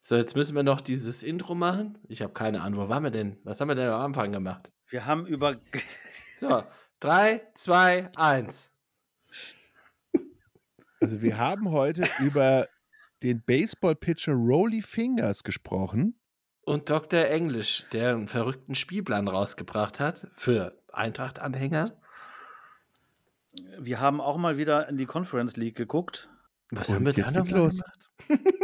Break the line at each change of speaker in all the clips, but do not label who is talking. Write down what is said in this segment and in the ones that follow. So, jetzt müssen wir noch dieses Intro machen. Ich habe keine Ahnung, wo waren wir denn? Was haben wir denn am Anfang gemacht?
Wir haben über.
So, 3, 2, 1.
Also wir haben heute über den Baseball-Pitcher Rolly Fingers gesprochen.
Und Dr. English, der einen verrückten Spielplan rausgebracht hat für Eintracht-Anhänger.
Wir haben auch mal wieder in die Conference League geguckt.
Was
Und
haben wir da
jetzt
noch
geht's
mal
los.
gemacht?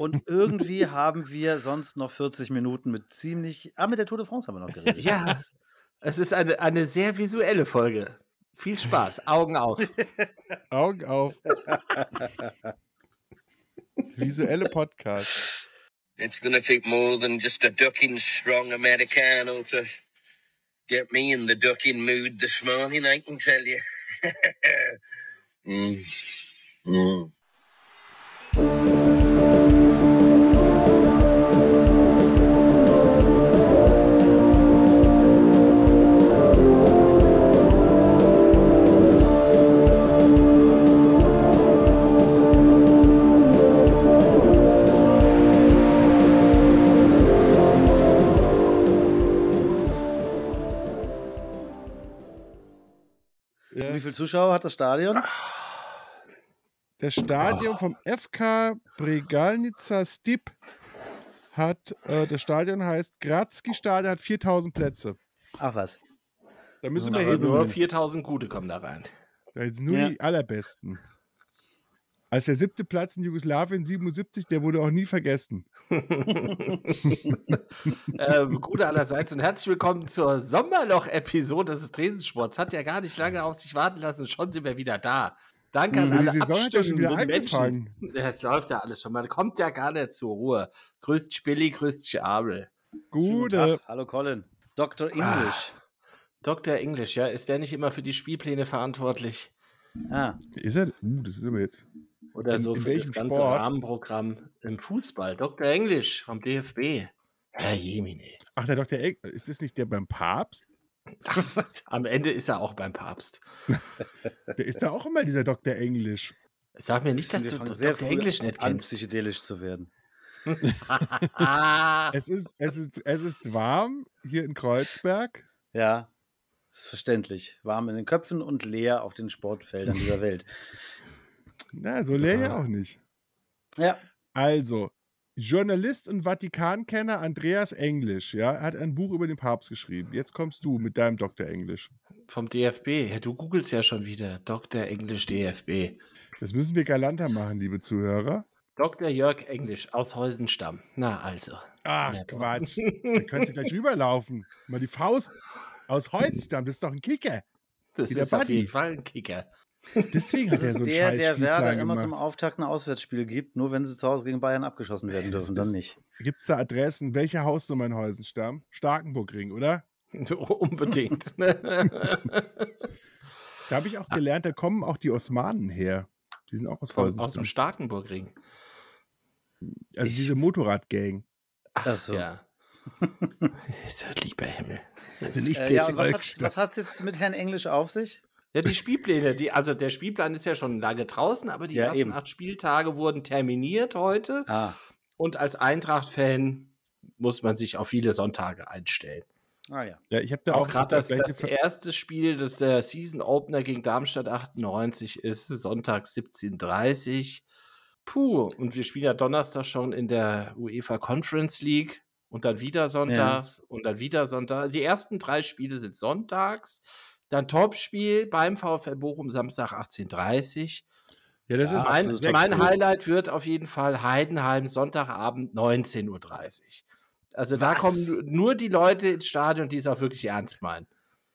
Und irgendwie haben wir sonst noch 40 Minuten mit ziemlich. Ah, mit der Tour de France haben wir noch geredet.
Ja, es ist eine, eine sehr visuelle Folge. Viel Spaß, Augen auf.
Augen auf. Visuelle Podcast.
It's going to take more than just a ducking strong Americano to get me in the ducking mood this morning, I can tell you. Mm. Mm.
Ja.
Wie viele Zuschauer hat das Stadion?
Das Stadion vom FK Bregalnica Stip hat, äh, das Stadion heißt Grazki Stadion, hat 4000 Plätze.
Ach was.
Da müssen wir
Aber
hin.
nur 4000 Gute kommen da rein.
Da sind nur
Ja.
die allerbesten. Als der siebte Platz in Jugoslawien 77, der wurde auch nie vergessen.
Ähm, Gute allerseits und herzlich willkommen zur Sommerloch-Episode des Tresensports. Hat ja gar nicht lange auf sich warten lassen, schon sind wir wieder da. Danke an
Mhm.
alle
Die Saison hat ja schon wieder
abstimmenden Menschen.
angefangen.
Ja, Es läuft ja alles schon, man kommt ja gar nicht zur Ruhe. Grüßt Spilli, grüßt Schabel.
Guten
Gute.
Tag. Hallo Colin. Dr. English.
Dr. English, ja, ist der nicht immer für die Spielpläne verantwortlich?
Ah,
Ist er? Uh, das ist aber jetzt.
Oder
In-
so
in
für das
welchem
ganze
Sport?
Rahmenprogramm im Fußball? Dr. English vom DFB. Herr Jemine.
Ach, der Dr. Egg, ist das nicht der beim Papst?
Am Ende ist er auch beim Papst.
Der ist da auch immer dieser Dr. Englisch.
Sag mir nicht, dass
wir
du
fangen
Dr. English
an,
nicht kennst.
psychedelisch zu werden.
Ah,
Es ist, es ist, es ist warm hier in Kreuzberg.
Ja, ist verständlich. Warm in den Köpfen und leer auf den Sportfeldern dieser Welt.
Na, so leer ja auch nicht.
Ja,
Also, Journalist und Vatikankenner Andreas Englisch, ja, hat ein Buch über den Papst geschrieben. Jetzt kommst du mit deinem Dr. Englisch.
vom DFB. Ja, du googelst ja schon wieder. Dr. English DFB.
Das müssen wir galanter machen, liebe Zuhörer.
Dr. Jörg English aus Heusenstamm. Na also.
Ach,
Ja, doch.
Quatsch. Da könntest du gleich rüberlaufen. Mal die Faust aus Holzstamm, das ist doch ein Kicker.
Das
Wie der
ist auf
Buddy.
jeden Fall ein Kicker.
Deswegen
das
hat er
ist
so einen
der,
scheiß
der Werder
Spielplan
immer zum
gemacht.
Auftakt ein Auswärtsspiel gibt, nur wenn sie zu Hause gegen Bayern abgeschossen werden dürfen, dann
ist-
nicht.
Gibt es da Adressen? Welche Hausnummer in Heusenstamm? Starkenburgring, oder?
Oh, Unbedingt.
Da habe ich
Ah.
auch gelernt, da kommen auch die Osmanen her. Die sind auch aus
Vom, aus dem
Heusenstamm.
Starkenburgring.
Also diese Motorradgang.
Ach so.
Ja. Lieber Himmel.
Also nicht
Äh, ja, und was hat
Schleswig-Holstein.
was hat's jetzt mit Herrn Englisch auf sich?
Ja, die Spielpläne, die, also der Spielplan ist ja schon lange draußen, aber die
Ja,
ersten
eben.
acht Spieltage wurden terminiert heute.
Ah,
Und als Eintracht-Fan muss man sich auf viele Sonntage einstellen.
ah ja.
Ja, ich habe da
Auch
auch,
gerade das,
gleich eine
äh,
das
Ver-
erste Spiel, das der Season Opener gegen Darmstadt 98 ist, Sonntag 17.30 Puh, und wir spielen ja Donnerstag schon in der UEFA Conference League und dann wieder sonntags und dann wieder Sonntag. Die ersten drei Spiele sind sonntags, dann Topspiel beim VfL Bochum Samstag 18.30
Ja, das
Ja, Halt-
ist
mein,
absolut
mein
sechs Uhr.
Highlight wird auf jeden Fall Heidenheim Sonntagabend 19.30 Uhr. Also da
Was?
kommen nu- nur die Leute ins Stadion, die es auch wirklich ernst meinen.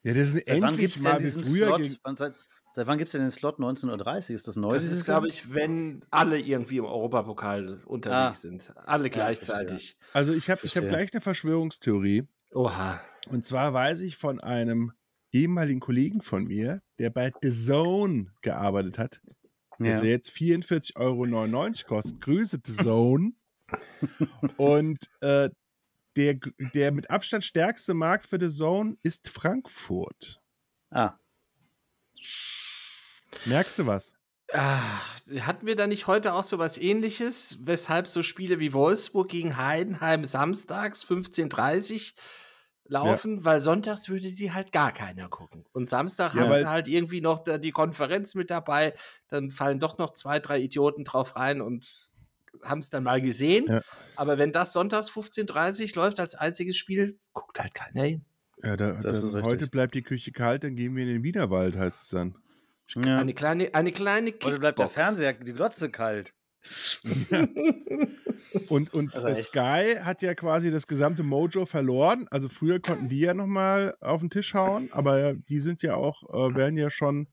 Ja, das ist
Seit wann
endlich
gibt es denn
mal wie
diesen
früher
Slot?
ging-
Wann, seit, seit wann gibt es denn den Slot 19.30 Uhr? Ist das neu?
Das
dieses
ist,
Jahr?
glaube ich, wenn alle irgendwie im Europapokal unterwegs
Ah.
sind. Alle gleichzeitig.
Also ich habe ich hab
Verstehe.
gleich eine Verschwörungstheorie.
Oha.
Und zwar weiß ich von einem ehemaligen Kollegen von mir, der bei The Zone gearbeitet hat, dass
Ja.
er jetzt 44,99 Euro kostet. Grüße The Zone. Und äh, der, der mit Abstand stärkste Markt für The Zone ist Frankfurt.
Ah,
Merkst du was?
Ah, hatten wir da nicht heute auch so was ähnliches, weshalb so Spiele wie Wolfsburg gegen Heidenheim samstags 15.30 laufen, weil sonntags würde sie halt gar keiner gucken. Und Samstag
Ja,
hast
weil-
du halt irgendwie noch da die Konferenz mit dabei, dann fallen doch noch zwei, drei Idioten drauf rein und haben es dann mal gesehen.
Ja.
Aber wenn das sonntags 15.30 läuft als einziges Spiel, guckt halt keiner hin.
Ja, da,
Das
da-
ist richtig.
heute bleibt die Küche kalt, dann gehen wir in den Wienerwald, heißt es dann.
Ja.
Eine kleine, eine kleine
Heute bleibt der
Kickbox.
Fernseher, die Glotze kalt.
Und, und
Also
äh,
echt.
Sky hat ja quasi das gesamte Mojo verloren. Also früher konnten die ja nochmal auf den Tisch hauen, aber die sind ja auch, äh, werden ja schon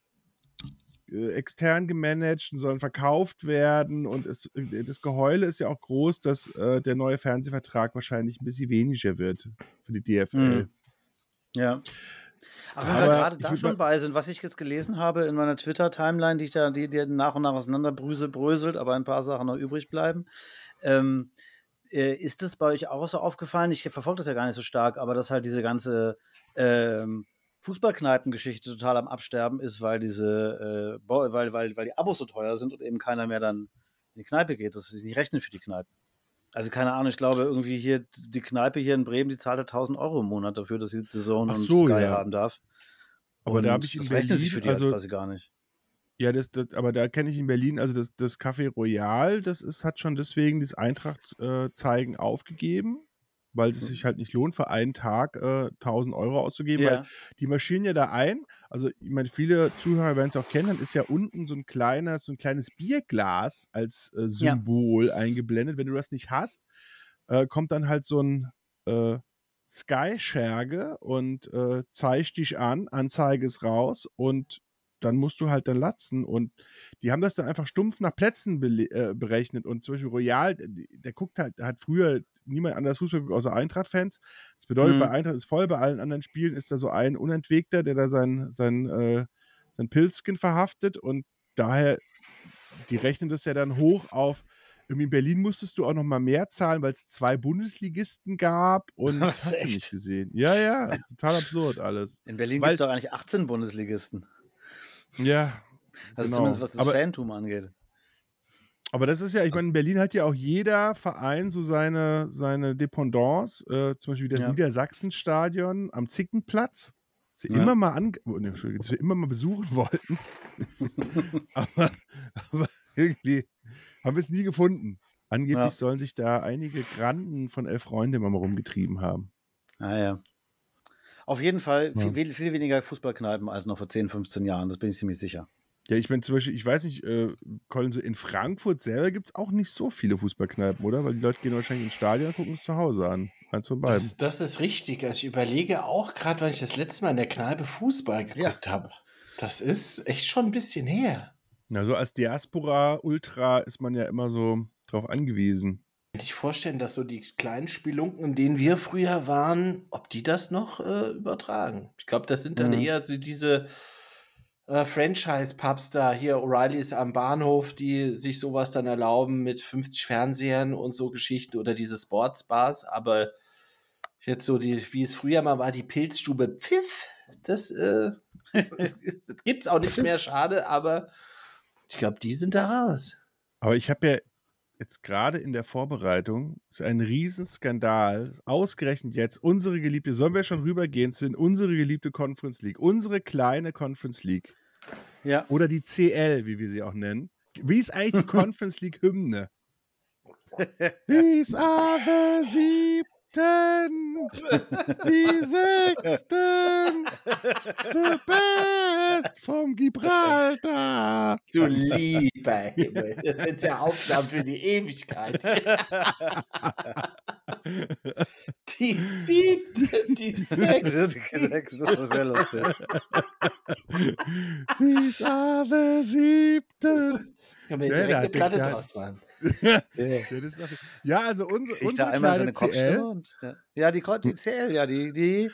äh, extern gemanagt und sollen verkauft werden. Und es, äh, das Geheule ist ja auch groß, dass äh, der neue Fernsehvertrag wahrscheinlich ein bisschen weniger wird für die DFL.
Mhm. Ja. Aber wenn wir
Aber
gerade
ich
da
würd
schon
mal-
bei sind, was ich jetzt gelesen habe in meiner Twitter-Timeline, die ich da die, die nach und nach auseinanderbröselt, bröselt, aber ein paar Sachen noch übrig bleiben. Ähm, äh, ist das bei euch auch so aufgefallen? Ich verfolge das ja gar nicht so stark, aber dass halt diese ganze ähm, Fußballkneipengeschichte total am Absterben ist, weil diese, äh, Bo- weil, weil, weil die Abos so teuer sind und eben keiner mehr dann in die Kneipe geht, dass sie sich nicht rechnen für die Kneipen. Also keine Ahnung, ich glaube irgendwie hier die Kneipe hier in Bremen, die zahlt ja 1000 Euro im Monat dafür, dass sie The Zone
Ach
und
so,
Sky
ja.
haben darf.
Aber da
Und
habe ich in
das rechnet sich für
Berlin,
die also,
also
quasi gar nicht.
Ja, das, das, aber da kenne ich in Berlin, also das, das Café Royal, das ist, hat schon deswegen das Eintracht-Zeigen aufgegeben, weil
Mhm.
es sich halt nicht lohnt, für einen Tag äh, 1000 Euro auszugeben, weil
Ja,
die marschieren ja da ein. Also, ich meine, viele Zuhörer werden es auch kennen, dann ist ja unten so ein kleiner, so ein kleines Bierglas als äh,
Ja.
Symbol eingeblendet. Wenn du das nicht hast, äh, kommt dann halt so ein äh, Sky-Scherge und äh, zeigt dich an, Anzeige ist raus und dann musst du halt dann latzen. Und die haben das dann einfach stumpf nach Plätzen bele- äh, berechnet. Und zum Beispiel Royal, der, der guckt halt, hat früher niemand anders Fußball geguckt, außer Eintracht-Fans. Das bedeutet,
Mhm.
bei Eintracht ist voll, bei allen anderen Spielen ist da so ein Unentwegter, der da sein, sein, äh, sein Pilzchen verhaftet und daher, die rechnen das ja dann hoch auf. Irgendwie in Berlin musstest du auch noch mal mehr zahlen, weil es zwei Bundesligisten gab und
Was,
hast du
echt?
nicht gesehen. Ja, ja, total absurd alles.
in Berlin
weil-
gibt es doch eigentlich 18 Bundesligisten.
Ja,
Also
Genau.
zumindest was das
Aber-
Fantum angeht.
Aber das ist ja, ich meine, in Berlin hat ja auch jeder Verein so seine, seine Dependance, äh, zum Beispiel das
Ja.
Niedersachsenstadion am Zickenplatz. Das wir
Ja.
immer mal an, oh, nee, Entschuldigung, das wir immer mal besuchen wollten. aber, aber irgendwie haben wir es nie gefunden. Angeblich
Ja.
sollen sich da einige Granden von elf Freunde immer mal rumgetrieben haben.
Ah ja. Auf jeden Fall
Ja.
viel, viel, viel weniger Fußballkneipen als noch vor 10, 15 Jahren, das bin ich ziemlich sicher.
Ja, ich meine zum Beispiel, ich weiß nicht, äh, Colin, so in Frankfurt selber gibt es auch nicht so viele Fußballkneipen, oder? Weil die Leute gehen wahrscheinlich ins Stadion und gucken es zu Hause an. Eins von beiden.
Das, das ist richtig. Also ich überlege auch gerade, wann ich das letzte Mal in der Kneipe Fußball geguckt habe. Das ist echt schon ein bisschen her.
Na, so als Diaspora-Ultra ist man ja immer so drauf angewiesen.
Könnte ich vorstellen, dass so die kleinen Spielunken, in denen wir früher waren, ob die das noch äh, übertragen. Ich glaube, das sind dann
Mhm.
eher so diese äh, Franchise-Pubs da, hier O'Reillys am Bahnhof, die sich sowas dann erlauben mit 50 Fernsehern und so Geschichten oder diese Sportsbars, aber jetzt so die, wie es früher mal war, die Pilzstube Pfiff, das, äh, das gibt's auch nicht mehr, schade, aber ich glaube, die sind da raus.
Aber ich habe ja jetzt gerade in der Vorbereitung ist ein Riesenskandal. Ausgerechnet jetzt unsere geliebte, sollen wir schon rübergehen zu den unsere geliebte Conference League, unsere kleine Conference League
Ja.
oder die CL, wie wir sie auch nennen. Wie ist eigentlich die Conference League Hymne? These are the siebten, die sechsten, the best vom Gibraltar.
Du lieber Himmel, das sind ja Aufnahmen für die Ewigkeit. Die siebte, die
das
sechste.
war sehr lustig.
These are the siebten.
Können wir
Ja,
direkt eine
da hat der
Platte
Kleine-
draus machen.
Yeah.
Ja, das ist doch- ja, also unsere,
Kriegt da
unsere
einmal seine
kleine
Kopfstimme?
CL.
Und, ja. ja, die, Ko- die CL, ja, die, die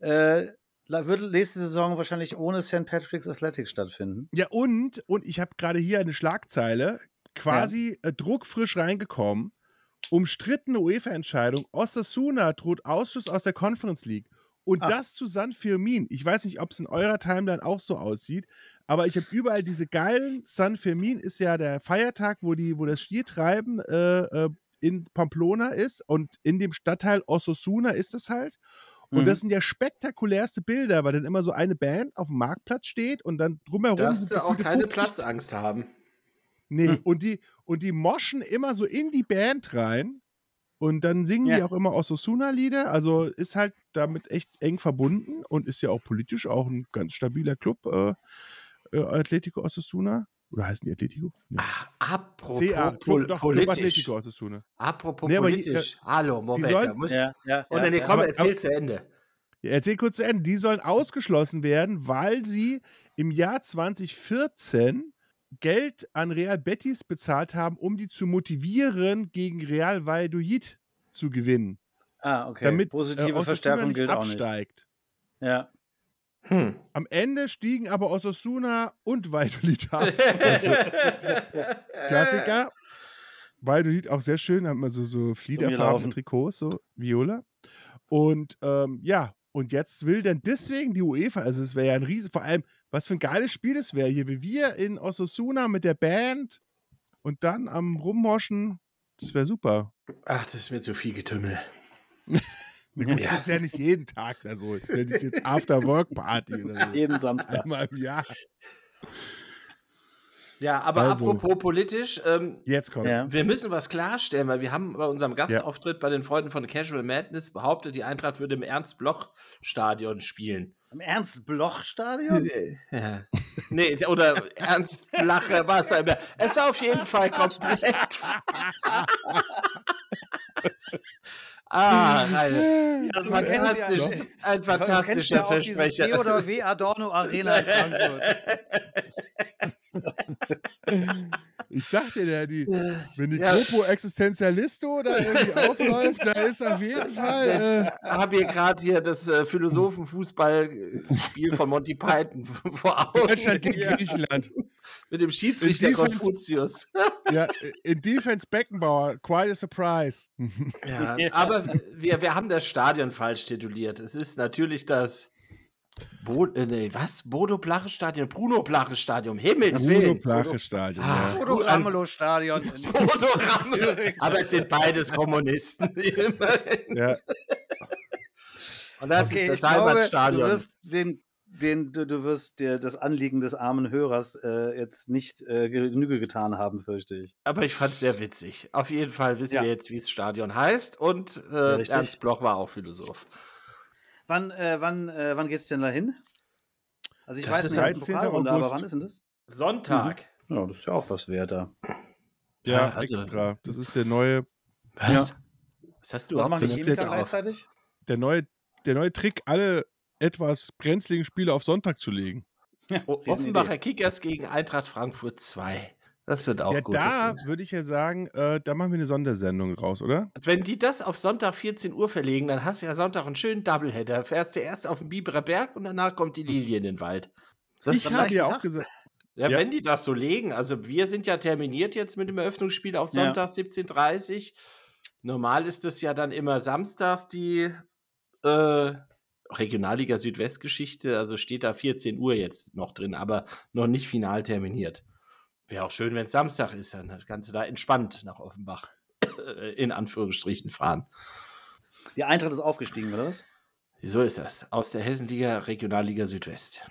äh, la- wird nächste Saison wahrscheinlich ohne St. Patrick's Athletics stattfinden.
Ja, und, und ich habe gerade hier eine Schlagzeile, quasi äh, druckfrisch reingekommen. Umstrittene UEFA-Entscheidung. Osasuna droht Ausschluss aus der Conference League. Und
Ah.
das zu San Firmin. Ich weiß nicht, ob es in eurer Timeline auch so aussieht, aber ich habe überall diese geilen. San Firmin ist ja der Feiertag, wo, die, wo das Stiertreiben äh, äh, in Pamplona ist und in dem Stadtteil Ososuna ist das halt. Und
Mhm.
das sind ja spektakulärste Bilder, weil dann immer so eine Band auf dem Marktplatz steht und dann drumherum
Darfst
sind
du auch
gefühlte
keine
50
Platzangst haben.
Nee,
Hm.
und, die, und die moschen immer so in die Band rein. Und dann singen die
Ja.
auch immer Ososuna-Lieder. Also ist halt damit echt eng verbunden und ist ja auch politisch auch ein ganz stabiler Club. Äh, äh, Atletico Ososuna. Oder heißen die Atletico? Nee.
Ach, Ah, apropos
CA,
pol
Club, doch, Club
politisch.
Atletico Ososuna.
apropos
Nee, aber äh, die-
politisch. Hallo, Moment.
sollen-
da muss,
Ja, ja.
und
ja,
dann, nee,
ja.
komm,
Aber-
erzähl zu Ende.
Ja, erzähl kurz zu Ende. Die sollen ausgeschlossen werden, weil sie im Jahr 2014 Geld an Real Betis bezahlt haben, um die zu motivieren, gegen Real Valladolid zu gewinnen.
Ah, okay.
damit äh,
Positive
Osasuna
Verstärkung
nicht
gilt auch nicht.
absteigt.
Ja.
Hm.
Am Ende stiegen aber Osasuna und Valladolid ab.
Äh.
Klassiker. Valladolid auch sehr schön, haben wir so, so fliederfarbene
Umgelaufen.
Trikots, so Viola. Und ähm, ja, und jetzt will dann deswegen die UEFA, also es wäre ja ein Riesen, vor allem, was für ein geiles Spiel das wäre hier, wie wir in Osasuna mit der Band und dann am Rummoschen, das wäre super.
Ach, das ist mir zu viel Getümmel.
Na gut,
Ja.
Das ist ja nicht jeden Tag da so. Das ist jetzt After-Work-Party oder so.
Jeden Samstag.
Einmal im Jahr.
Ja, aber
Also.
apropos politisch, ähm,
Jetzt kommt's.
Ja.
wir müssen was klarstellen, weil wir haben bei unserem Gastauftritt bei den Freunden von Casual Madness behauptet, die Eintracht würde im Ernst-Bloch-Stadion spielen.
Im Ernst-Bloch-Stadion?
Ja. Nee, oder Ernst-Blacher, was auch immer. Es war auf jeden Fall komplett. ah, nein.
Ja,
Ein, fantastisch,
Ernst
ein
Man kennt
fantastischer
ja auch diese
Versprecher.
Theodor W. Adorno Arena in Frankfurt.
Ich sag dir, der, die, wenn die
Äh, Ja.
Grupo Existenzialisto da irgendwie aufläuft, da ist auf jeden Fall. Äh,
Ich habe hier gerade hier das äh, Philosophenfußballspiel von Monty Python vor Augen.
Deutschland gegen Griechenland.
Mit dem Schiedsrichter
Inwiefern-
Konfuzius.
Ja, äh, in Defense Beckenbauer, quite a surprise.
Ja, aber wir, wir haben das Stadion falsch tituliert. Es ist natürlich das. Bo äh, nee, was? Bodo Plache Stadion? Bruno Plache Stadion? Um Himmels
Bruno
Willen.
Plache Stadion.
Ah.
Ja.
Bodo Ramelow Stadion.
Bodo Ramelow. Aber es sind beides Kommunisten.
Ja.
Und das
Okay, ich
ist das
glaube, Du
Heimatstadion.
wirst, den, den, du, du wirst dir das Anliegen des armen Hörers äh, jetzt nicht äh, Genüge getan haben, fürchte ich.
Aber ich fand es sehr witzig. Auf jeden Fall wissen
Ja.
wir jetzt, wie das Stadion heißt. Und äh,
richtig.
Ernst Bloch war auch Philosoph.
Wann, äh, wann, äh, wann geht's denn da hin? Also ich
Das
weiß
ist
nicht, jetzt
13.
Pokalrunde, aber
August.
wann ist denn das?
Sonntag.
Ja, das ist ja auch was wert da.
ja,
Ja, also-
extra. Das ist der neue,
Was? Was hast du
Was
überhaupt
machen
für
die
das
jeden
jetzt
Tag
Witze auf?
gleichzeitig?
der neue, der neue Trick, alle etwas brenzligen Spiele auf Sonntag zu legen.
O-
Riesenidee.
Offenbacher Kickers gegen Eintracht Frankfurt 2. Das wird auch
ja,
gut.
da würde ich ja sagen, äh, da machen wir eine Sondersendung raus, oder?
Wenn die das auf Sonntag 14 Uhr verlegen, dann hast du ja Sonntag einen schönen Doubleheader. Fährst du erst auf den Biberer Berg und danach kommt die Lilie in den Wald. Das
ich
ist
hab-
ja,
gleichen
habe ja auch
Tag?
gesagt, ja.
wenn die das so legen, also wir sind ja terminiert jetzt mit dem Eröffnungsspiel auf
Ja.
Sonntag 17.30 Uhr. Normal ist es ja dann immer samstags die äh, Regionalliga Südwestgeschichte, also steht da 14 Uhr jetzt noch drin, aber noch nicht final terminiert. Wäre auch schön, wenn es Samstag ist, dann kannst du da entspannt nach Offenbach äh, in Anführungsstrichen fahren.
Die Eintracht ist aufgestiegen, oder was?
So ist das. Aus der Hessenliga Regionalliga Südwest.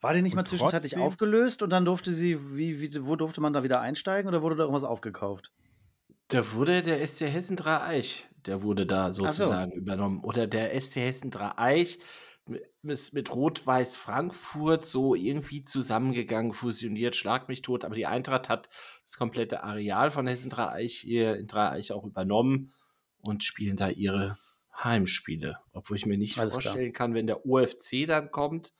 War die nicht mal
Und
zwischenzeitlich
trotzdem-
aufgelöst und dann durfte sie, wie, wie, wo durfte man da wieder einsteigen oder wurde da irgendwas aufgekauft?
Da wurde der SC Hessen 3 Eich, der wurde da
so.
sozusagen übernommen. Oder der SC Hessen 3 Eich mi- ist mit Rot-Weiß Frankfurt so irgendwie zusammengegangen, fusioniert, schlag mich tot. Aber die Eintracht hat das komplette Areal von Hessen 3 Eich hier in 3 Eich auch übernommen und spielen da ihre Heimspiele. Obwohl ich mir nicht
Alles klar.
vorstellen kann, wenn der OFC dann kommt,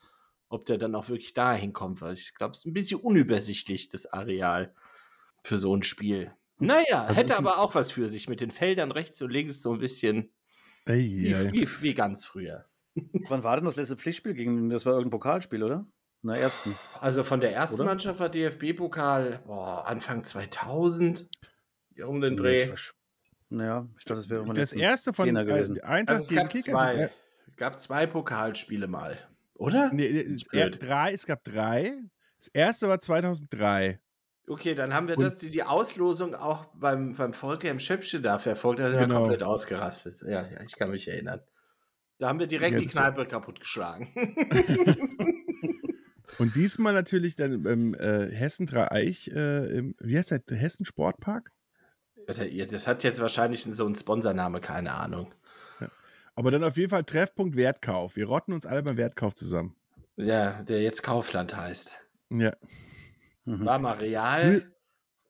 ob der dann auch wirklich dahin kommt, weil ich glaube, es ist ein bisschen unübersichtlich, das Areal für so ein Spiel. Naja,
Also
hätte
ist ein-
aber auch was für sich mit den Feldern rechts und links so ein bisschen wie,
Eieiei.
wie, wie ganz früher.
Wann war denn das letzte Pflichtspiel gegen, das war irgendein Pokalspiel, oder? In der ersten.
Also von der ersten
Oder?
Mannschaft war DFB-Pokal boah, Anfang 2000 hier um den
Nee, das
Dreh.
war sch- Naja, ich dachte, das wäre irgendwann
das
letzten
erste von
Zehner
äh,
gewesen.
Eintracht
Also es
gegen
gab
Kickers ist
zwei.
ja-
Gab zwei Pokalspiele mal, oder?
Nee, nee, Ne, es,
blöd.
er- drei, es gab drei. Das erste war 2003.
Okay, dann haben wir
Und-
das, die, die Auslosung auch beim, beim Volker im Schöpfchen da verfolgt. Da sind wir
Genau.
komplett ausgerastet. Ja, ja, ich kann mich erinnern. Da haben wir direkt
Ja,
die
das war-
Kneipe kaputtgeschlagen.
Und diesmal natürlich dann im äh, Hessen Dreieich, äh, im, wie heißt der, Hessen Sportpark?
Alter, ihr- Das hat jetzt wahrscheinlich so ein Sponsorname, keine Ahnung.
Aber dann auf jeden Fall Treffpunkt Wertkauf. Wir rotten uns alle beim Wertkauf zusammen.
Ja, der jetzt Kaufland heißt.
Ja.
Mhm.
War mal real.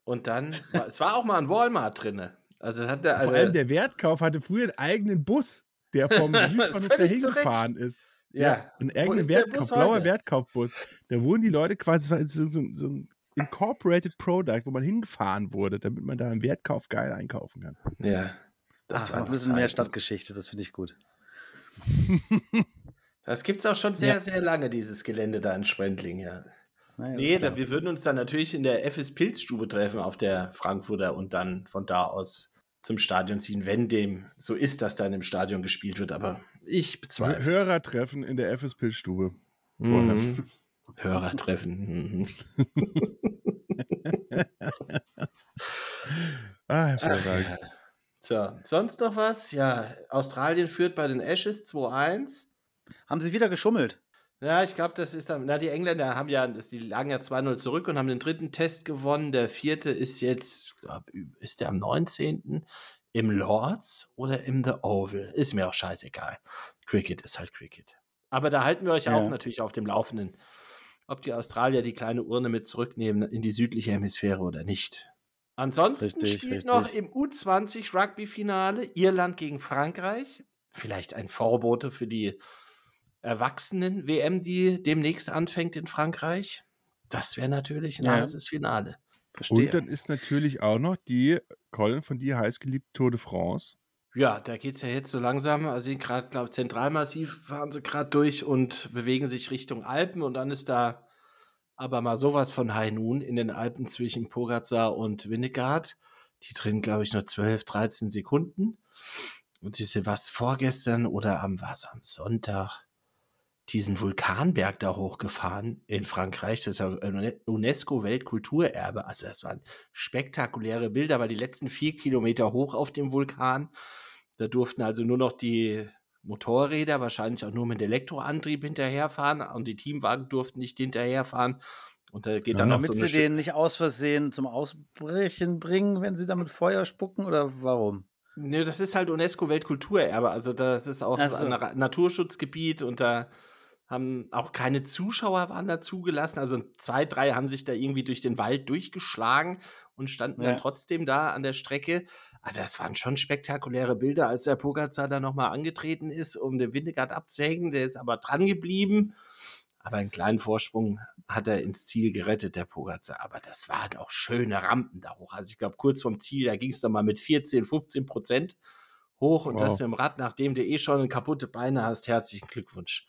Und dann, war, es war auch mal ein Walmart drinne. Also hat der, also,
Vor allem der Wertkauf hatte früher einen eigenen Bus, der vom Südbahnhof
Völlig
dahin
zu Recht.
gefahren ist.
ja,
Ein
ist
eigenen
der
Wertkauf,
Bus
blauer
heute?
Wertkaufbus. Da wurden die Leute quasi, es war so, so, so ein Incorporated Product, wo man hingefahren wurde, damit man da im Wertkauf geil einkaufen kann.
ja. Das
Ach,
war
noch ein bisschen mehr
Stadtgeschichte.
Stadtgeschichte, das finde ich gut.
Das gibt es auch schon sehr,
Ja.
sehr lange, dieses Gelände da in Sprendling, ja.
Naja, das
Nee,
ist
da,
klar.
wir würden uns dann natürlich in der FS Pilzstube treffen auf der Frankfurter und dann von da aus zum Stadion ziehen, wenn dem so ist, dass dann im Stadion gespielt wird. Aber ich bezweifle.
Hörertreffen in der FS Pilzstube. vorher.
Mhm. Hörertreffen. Mhm.
Ah, hervorragend.
So, sonst noch was? Ja, Australien führt bei den Ashes 2-1.
Haben sie wieder geschummelt?
Ja, ich glaube, das ist dann. Na, die Engländer haben ja, das, die lagen ja 2-0 zurück und haben den dritten Test gewonnen. Der vierte ist jetzt, glaub, ist der am 19. im Lords oder im The Oval? Ist mir auch scheißegal. Cricket ist halt Cricket. Aber da halten wir euch
Ja.
auch natürlich auf dem Laufenden, ob die Australier die kleine Urne mit zurücknehmen in die südliche Hemisphäre oder nicht. Ansonsten
Richtig,
spielt
richtig.
noch im U20 Rugby-Finale Irland gegen Frankreich. Vielleicht ein Vorbote für die Erwachsenen-WM, die demnächst anfängt in Frankreich. Das wäre natürlich ein
Ja.
hartes Finale.
Verstehe.
Und dann ist natürlich auch noch die, Colin, von dir heißgeliebte Tour de France.
Ja, da geht es ja jetzt so langsam. Also sie gerade, glaube ich, Zentralmassiv fahren sie gerade durch und bewegen sich Richtung Alpen und dann ist da aber mal sowas von High Noon in den Alpen zwischen Pogacar und Winnegard. Die drehen, glaube ich, nur 12, 13 Sekunden. Und siehst du, was vorgestern oder am was am Sonntag diesen Vulkanberg da hochgefahren in Frankreich, das ist ja UNESCO Weltkulturerbe. Also das waren spektakuläre Bilder, weil die letzten vier Kilometer hoch auf dem Vulkan, da durften also nur noch die Motorräder, wahrscheinlich auch nur mit Elektroantrieb hinterherfahren und die Teamwagen durften nicht hinterherfahren. Und da geht dann
Ja,
noch so
Damit
eine
sie
Sch-
den nicht aus Versehen zum Ausbrechen bringen, wenn sie damit Feuer spucken oder warum?
Nö, das ist halt UNESCO-Weltkulturerbe. Also das ist auch
Ach so.
ein Ra- Naturschutzgebiet und da haben auch keine Zuschauer waren da zugelassen. Also zwei, drei haben sich da irgendwie durch den Wald durchgeschlagen und standen
Ja.
dann trotzdem da an der Strecke. Ah, das waren schon spektakuläre Bilder, als der Pogacar da nochmal angetreten ist, um den Windegard abzuhängen. Der ist aber dran geblieben. Aber einen kleinen Vorsprung hat er ins Ziel gerettet, der Pogacar. Aber das waren auch schöne Rampen da hoch. Also ich glaube, kurz vom Ziel, da ging es dann mal mit 14, 15 Prozent hoch. Und
Wow.
das mit dem Rad, nachdem du eh schon kaputte Beine hast, herzlichen Glückwunsch.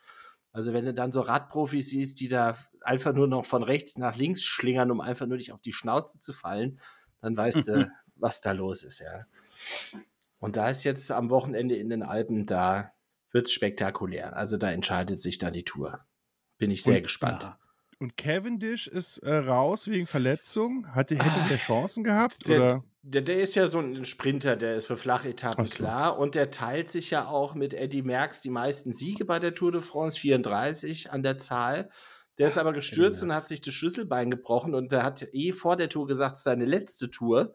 Also wenn du dann so Radprofis siehst, die da einfach nur noch von rechts nach links schlingern, um einfach nur nicht auf die Schnauze zu fallen, dann weißt du, was da los ist, ja. Und da ist jetzt am Wochenende in den Alpen, da wird es spektakulär. Also da entscheidet sich dann die Tour. Bin ich sehr
Und-
gespannt.
Ja.
Und Cavendish ist äh, raus wegen Verletzung. Hatte, hätte
Ah.
der Chancen gehabt?
Der,
Oder?
der, der ist ja so ein Sprinter, der ist für Flachetappen
Ach so.
klar und der teilt sich ja auch mit Eddie Merckx die meisten Siege bei der Tour de France, 34 an der Zahl. Der ist aber gestürzt und
Merckx.
hat sich das Schlüsselbein gebrochen und der hat eh vor der Tour gesagt, es ist seine letzte Tour.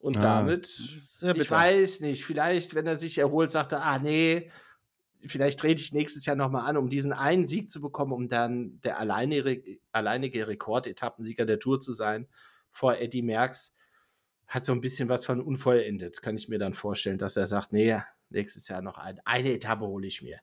Und
Ah.
damit
Sehr
ich weiß nicht. Vielleicht, wenn er sich erholt, sagt er, ah nee, vielleicht trete ich nächstes Jahr nochmal an, um diesen einen Sieg zu bekommen, um dann der alleinige, alleinige Rekordetappensieger der Tour zu sein vor Eddie Merckx. Hat so ein bisschen was von unvollendet, kann ich mir dann vorstellen, dass er sagt, nee, nächstes Jahr noch ein, eine Etappe hole ich mir.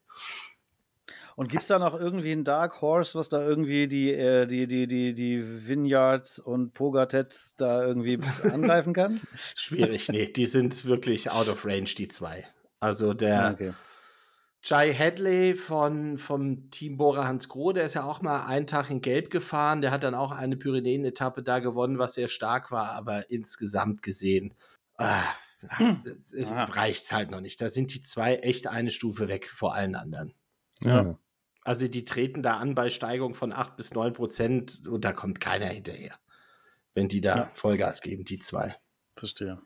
Und gibt es da noch irgendwie einen Dark Horse, was da irgendwie die, äh, die, die, die, die Vineyards und Pogatets da irgendwie angreifen kann?
Schwierig, nee, die sind wirklich out of range, die zwei. Also
Ah,
der,
okay.
Jai Hadley von, vom Team Bora Hans Groh, der ist ja auch mal einen Tag in Gelb gefahren. Der hat dann auch eine Pyrenäen-Etappe da gewonnen, was sehr stark war, aber insgesamt gesehen ah, es, es
Ah.
reicht halt noch nicht. Da sind die zwei echt eine Stufe weg vor allen anderen.
Ja.
Also die treten da an bei Steigung von 8 bis 9 Prozent und da kommt keiner hinterher, wenn die da
Ja.
Vollgas geben, die zwei.
Verstehe.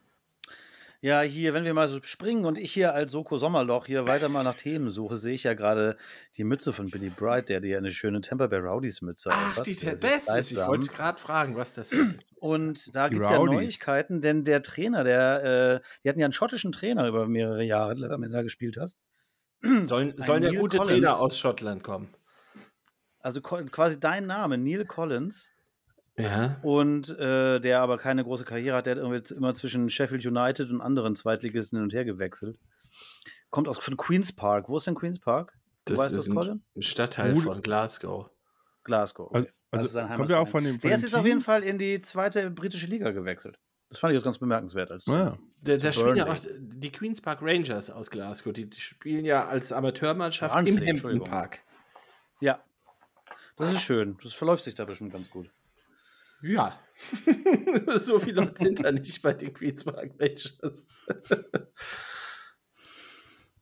Ja, hier, wenn wir mal so springen und ich hier als Soko Sommerloch hier weiter mal nach Themen suche, sehe ich ja gerade die Mütze von Billy Bright, der dir ja eine schöne Tampa Bay Rowdies Mütze
Ach,
hat.
die
Der
Tabelle.
sieht
Ich
kleidsam.
wollte gerade fragen, was das ist.
Und da
Die
gibt es ja
Rowdies.
Neuigkeiten, denn der Trainer, der, äh, die hatten ja einen schottischen Trainer über mehrere Jahre, wenn du da gespielt hast.
sollen
Ein
sollen ja
Neil
gute
Collins.
Trainer aus Schottland kommen.
Also co- quasi dein Name, Neil Collins.
Ja.
Und äh, der aber keine große Karriere hat, der hat irgendwie z- immer zwischen Sheffield United und anderen Zweitligisten hin und her gewechselt. Kommt aus von Queen's Park. Wo ist denn Queen's Park? Du weißt das, Colin?
ein Stadtteil
Gut.
von Glasgow.
Glasgow. Okay.
Also,
Das
also
ist sein
kommt ja auch
Heimatverein.
von dem. Von
der
dem
ist jetzt auf jeden Fall in die zweite britische Liga gewechselt. Das fand ich jetzt ganz bemerkenswert als Trainer.
Ah,
Da, da spielen ja
Burnley.
auch die Queen's Park Rangers aus Glasgow. Die, die spielen ja als Amateurmannschaft
Barnsley,
im Hampton
Entschuldigung.
Park.
Ja. Das ist schön. Das verläuft sich da bestimmt ganz gut.
Ja. so viele Leute sind da nicht bei den Queen's Park Rangers.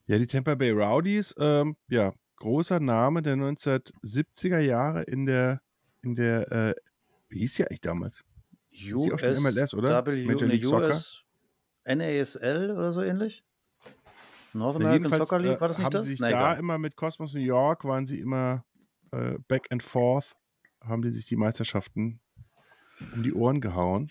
ja, die Tampa Bay Rowdies, ähm, ja, großer Name der 1970er Jahre in der, in der, äh, wie hieß die eigentlich damals? Ist die auch schon MLS, oder?
W,
Major League
nee,
Soccer?
US, NASL oder so ähnlich? North
Ja,
American
jedenfalls
Soccer League, war das
äh,
nicht
haben
das?
sie sich
Nee,
da
egal.
immer mit Cosmos New York, waren sie immer äh, back and forth, haben die sich die Meisterschaften um die Ohren gehauen.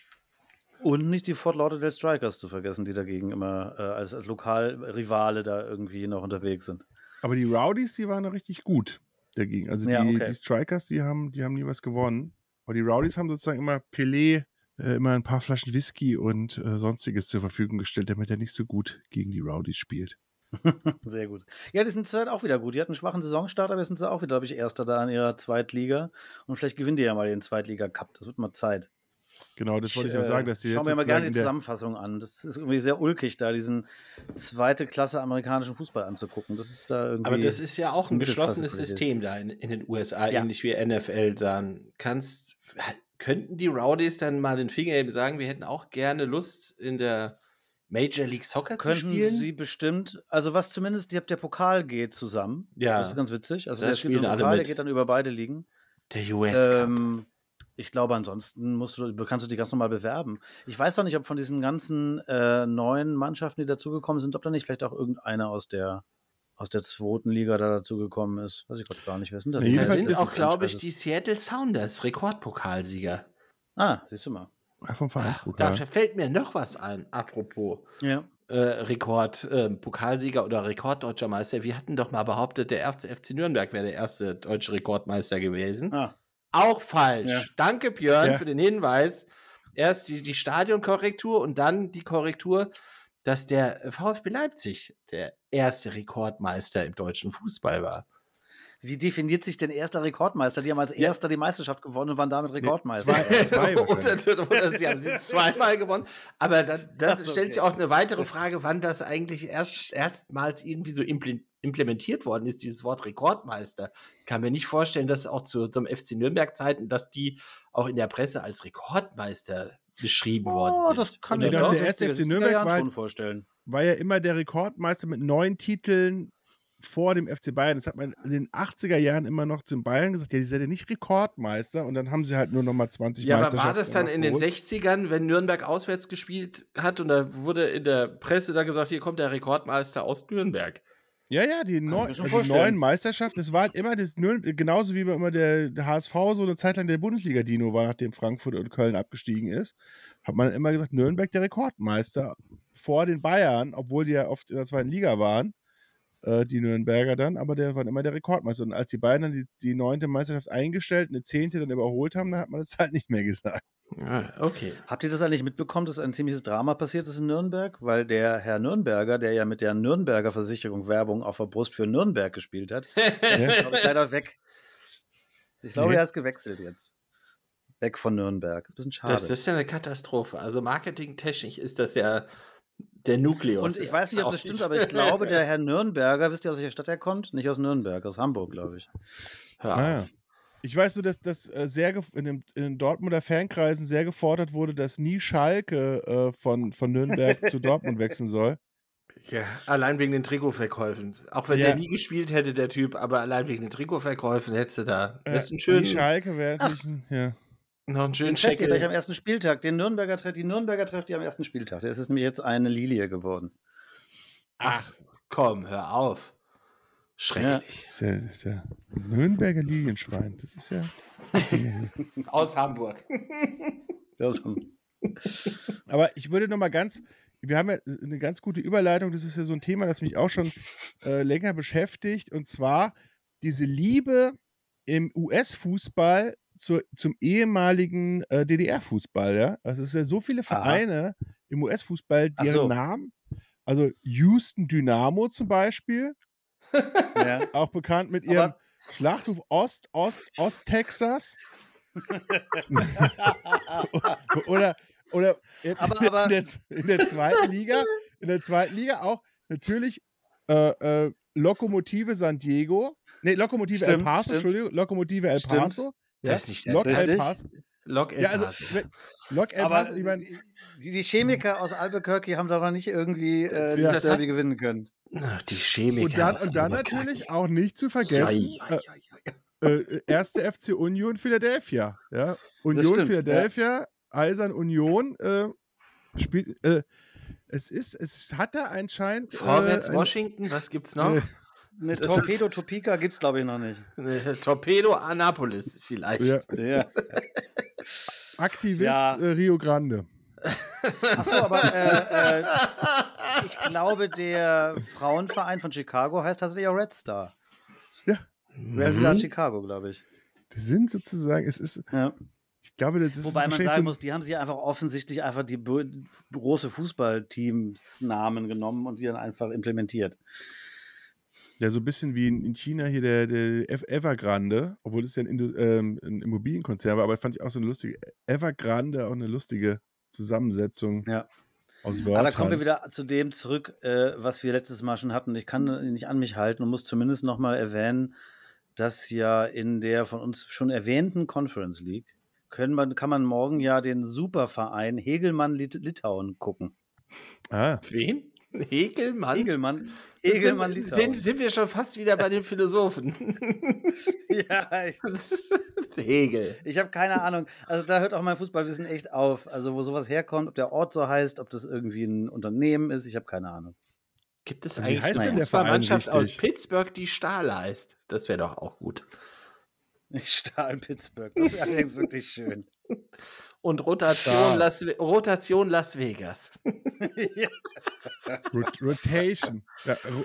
Und nicht die Fort Lauderdale Strikers zu vergessen, die dagegen immer äh, als, als Lokalrivale da irgendwie noch unterwegs sind.
Aber die Rowdies, die waren richtig gut dagegen. Also
Ja,
die,
okay.
die Strikers, die haben, die haben nie was gewonnen. Aber die Rowdies haben sozusagen immer Pelé, äh, immer ein paar Flaschen Whisky und äh, sonstiges zur Verfügung gestellt, damit er nicht so gut gegen die Rowdies spielt.
Sehr gut. Ja, die sind zurzeit auch wieder gut. Die hatten einen schwachen Saisonstart, aber jetzt sind sie auch wieder, glaube ich, Erster da in ihrer Zweitliga. Und vielleicht gewinnen die ja mal den Zweitliga-Cup. Das wird mal Zeit.
Genau, das wollte ich
äh,
auch sagen, dass die
Schauen
jetzt
wir mal gerne
sozusagen
die
in der,
Zusammenfassung an. Das ist irgendwie sehr ulkig, da diesen zweite Klasse amerikanischen Fußball anzugucken. Das ist da irgendwie.
Aber das ist ja auch
zum
ein geschlossenes System
Mittelklasse-Qualität.
da in, in den USA,
Ja.
ähnlich wie NFL. Dann kannst, könnten die Rowdies dann mal den Finger eben sagen, wir hätten auch gerne Lust in der Major League Soccer zu
Könnten
spielen.
sie bestimmt, also was zumindest, der, der Pokal geht zusammen.
Ja.
Das ist ganz witzig. Also
Das
der spielt
spielen
im
alle
Pokal, der
mit.
geht dann über beide Ligen.
der US Cup.
Ähm, ich glaube, ansonsten musst du, kannst du dich ganz normal bewerben. Ich weiß auch nicht, ob von diesen ganzen äh, neuen Mannschaften, die dazugekommen sind, ob da nicht vielleicht auch irgendeiner aus der aus der zweiten Liga da dazugekommen ist. Weiß ich gerade gar nicht. Wer sind da?
Nee,
die?
da
jedenfalls
sind
ist
auch,
das
glaube ich,
Franchises.
die Seattle Sounders Rekordpokalsieger.
Ah, siehst du mal.
Ach, vom
Da
Vereinspokal.
fällt mir noch was ein, apropos.
Ja.
äh, Rekord, äh, Pokalsieger oder Rekorddeutscher Meister. Wir hatten doch mal behauptet, der erste FC Nürnberg wäre der erste deutsche Rekordmeister gewesen.
Ah,
Auch falsch.
Ja.
Danke, Björn,
Ja.
für den Hinweis. Erst die, die Stadionkorrektur und dann die Korrektur, dass der VfB Leipzig der erste Rekordmeister im deutschen Fußball war.
wie definiert sich denn erster Rekordmeister? Die haben als erster die Meisterschaft gewonnen und waren damit Rekordmeister.
zwei. Zwei
oder,
wahrscheinlich.
oder sie haben sie zweimal gewonnen. Aber dann,
Ach
das
so,
stellt
okay.
sich auch eine weitere Frage, wann das eigentlich erst erstmals irgendwie so impl- implementiert worden ist, dieses Wort Rekordmeister. Ich kann mir nicht vorstellen, dass auch zu, zum FC Nürnberg-Zeiten, dass die auch in der Presse als Rekordmeister beschrieben worden
Oh,
sind.
das kann
Oder
ich
Nee,
mir
doch, der erste FC Nürnberg war-
schon vorstellen.
War ja immer der Rekordmeister mit neun Titeln vor dem FC Bayern. Das hat man in den 80er Jahren immer noch zum Bayern gesagt, ja, die seid ja nicht Rekordmeister und dann haben sie halt nur nochmal 20
Ja, aber
Meisterschaften.
war das dann in den
geholt.
60ern, wenn Nürnberg auswärts gespielt hat und da wurde in der Presse dann gesagt, hier kommt der Rekordmeister aus Nürnberg.
Ja, ja, die,
ich mir
neu,
schon
also die
vorstellen.
neuen Meisterschaften, das war halt immer das Nürn genauso wie bei immer der, der HSV so eine Zeit lang der Bundesliga-Dino war, nachdem Frankfurt und Köln abgestiegen ist, hat man immer gesagt, Nürnberg der Rekordmeister vor den Bayern, obwohl die ja oft in der zweiten Liga waren, äh, die Nürnberger dann, aber der waren immer der Rekordmeister. Und als die Bayern dann die, die neunte Meisterschaft eingestellt, eine zehnte dann überholt haben, dann hat man das halt nicht mehr gesagt.
Ah,
Ja, okay.
Habt ihr das eigentlich mitbekommen, dass ein ziemliches Drama passiert ist in Nürnberg? Weil der Herr Nürnberger, der ja mit der Nürnberger Versicherung Werbung auf der Brust für Nürnberg gespielt hat, der
ne?
ist, glaube ich, leider weg. Ich glaube,
Nee.
er ist gewechselt jetzt. Weg von Nürnberg. Ist ein bisschen schade.
Das, das ist ja eine Katastrophe. Also marketingtechnisch ist das ja der Nukleus.
Und ich weiß nicht, ob das stimmt, aber ich glaube, der Herr Nürnberger, wisst ihr, aus welcher Stadt er kommt? Nicht aus Nürnberg, aus Hamburg, glaube ich.
Ja.
Ah. Ich weiß nur, dass das äh, sehr gef- in, dem, in den Dortmunder Fankreisen sehr gefordert wurde, dass nie Schalke äh, von, von Nürnberg zu Dortmund wechseln soll.
Ja, allein wegen den Trikotverkäufen. Auch wenn
Ja.
der nie gespielt hätte, der Typ, aber allein wegen den Trikotverkäufen hättest du da
Ja,
das ist ein schön,
Die Schalke wäre natürlich ein, ja.
noch einen schönen
Den trefft
Check.
ihr gleich am ersten Spieltag. Den Nürnberger trefft, die Nürnberger trefft ihr am ersten Spieltag. Der ist es mir jetzt eine Lilie geworden.
Ach, komm, hör auf. Schrecklich.
Das ist ja, das ist ja Nürnberger Lilienschwein. Das ist ja.
Aus Hamburg.
Das,
Aber ich würde noch mal ganz, wir haben ja eine ganz gute Überleitung. Das ist ja so ein Thema, das mich auch schon äh, länger beschäftigt. Und zwar diese Liebe im US-Fußball zur- zum ehemaligen äh, DDR-Fußball. Ja, also es ist ja so viele
Aha.
Vereine im US-Fußball,
Ach
deren
so.
Namen, also Houston Dynamo zum Beispiel,
ja.
auch bekannt mit
Aber-
ihrem Schlachthof Ost, Ost, Ost-Texas. oder, oder jetzt
Aber- aber-
in, der, in der zweiten Liga, in der zweiten Liga auch natürlich äh, äh, Lokomotive San Diego. Nee, Lokomotive El
Stimmt,
Paso,
stimmt.
Entschuldigung, Lokomotive El
Stimmt.
Paso. Ja,
Das ist nicht der
Lok El
Richtig.
Paso.
Lok El
Ja, also
Paso.
wenn- Lok El
Aber
Paso, ich meine,
die, hm. die Chemiker aus Albuquerque haben da noch nicht irgendwie äh,
Ja.
das Derby gewinnen können.
Na, die Chemiker.
und dann,
aus
und dann
Hamburg.
natürlich auch nicht zu vergessen,
Ja,
äh, äh, erste FC Union Philadelphia. Ja? Union
stimmt,
Philadelphia, Eisern Union äh, spielt. Äh, es ist, es hat da anscheinend.
Vorwärts
äh, ein-
Washington, was gibt's noch?
Äh,
Eine
Das
Torpedo Topeka gibt es, glaube ich, noch nicht.
Torpedo Annapolis vielleicht.
Ja.
Ja.
Aktivist
Ja.
äh, Rio Grande.
Achso, aber äh, äh, ich glaube, der Frauenverein von Chicago heißt tatsächlich auch Red Star. Red
Mhm.
Star Chicago, glaube ich.
Das sind sozusagen, es ist,
Ja.
ich glaube, das ist
Wobei man
wahrscheinlich
sagen
so-
muss, die haben sich einfach offensichtlich einfach die bö- große Fußballteams-Namen genommen und die dann einfach implementiert.
ja so ein bisschen wie in in China hier der, der Ev- Evergrande, obwohl es ja ein, Indu- ähm, ein Immobilienkonzern war, aber fand ich auch so eine lustige Evergrande, auch eine lustige Zusammensetzung
Ja.
aus
Aber
Wörtern.
da kommen wir wieder zu dem zurück, äh, was wir letztes Mal schon hatten. Ich kann nicht an mich halten und muss zumindest nochmal erwähnen, dass ja in der von uns schon erwähnten Conference League können man, kann man morgen ja den Superverein Hegelmann Lit Litauen gucken.
ah,
Wen? Hegelmann?
Hegelmann, Hegelmann
sind,
Litauen.
sind, sind wir schon fast wieder bei den Philosophen.
ja, ich,
Hegel.
ich habe keine Ahnung. Also da hört auch mein Fußballwissen echt auf. Also wo sowas herkommt, ob der Ort so heißt, ob das irgendwie ein Unternehmen ist, ich habe keine Ahnung.
Gibt es
Also wie
eigentlich
heißt
eine
denn der Verein
Fußballmannschaft aus
richtig?
Pittsburgh, die Stahl heißt? Das wäre doch auch gut.
Stahl Pittsburgh, das wäre allerdings wirklich schön.
Und Rotation,
Stahl.
Las, Ve- Rotation Las Vegas.
ja.
Rot Rotation. Ja, ro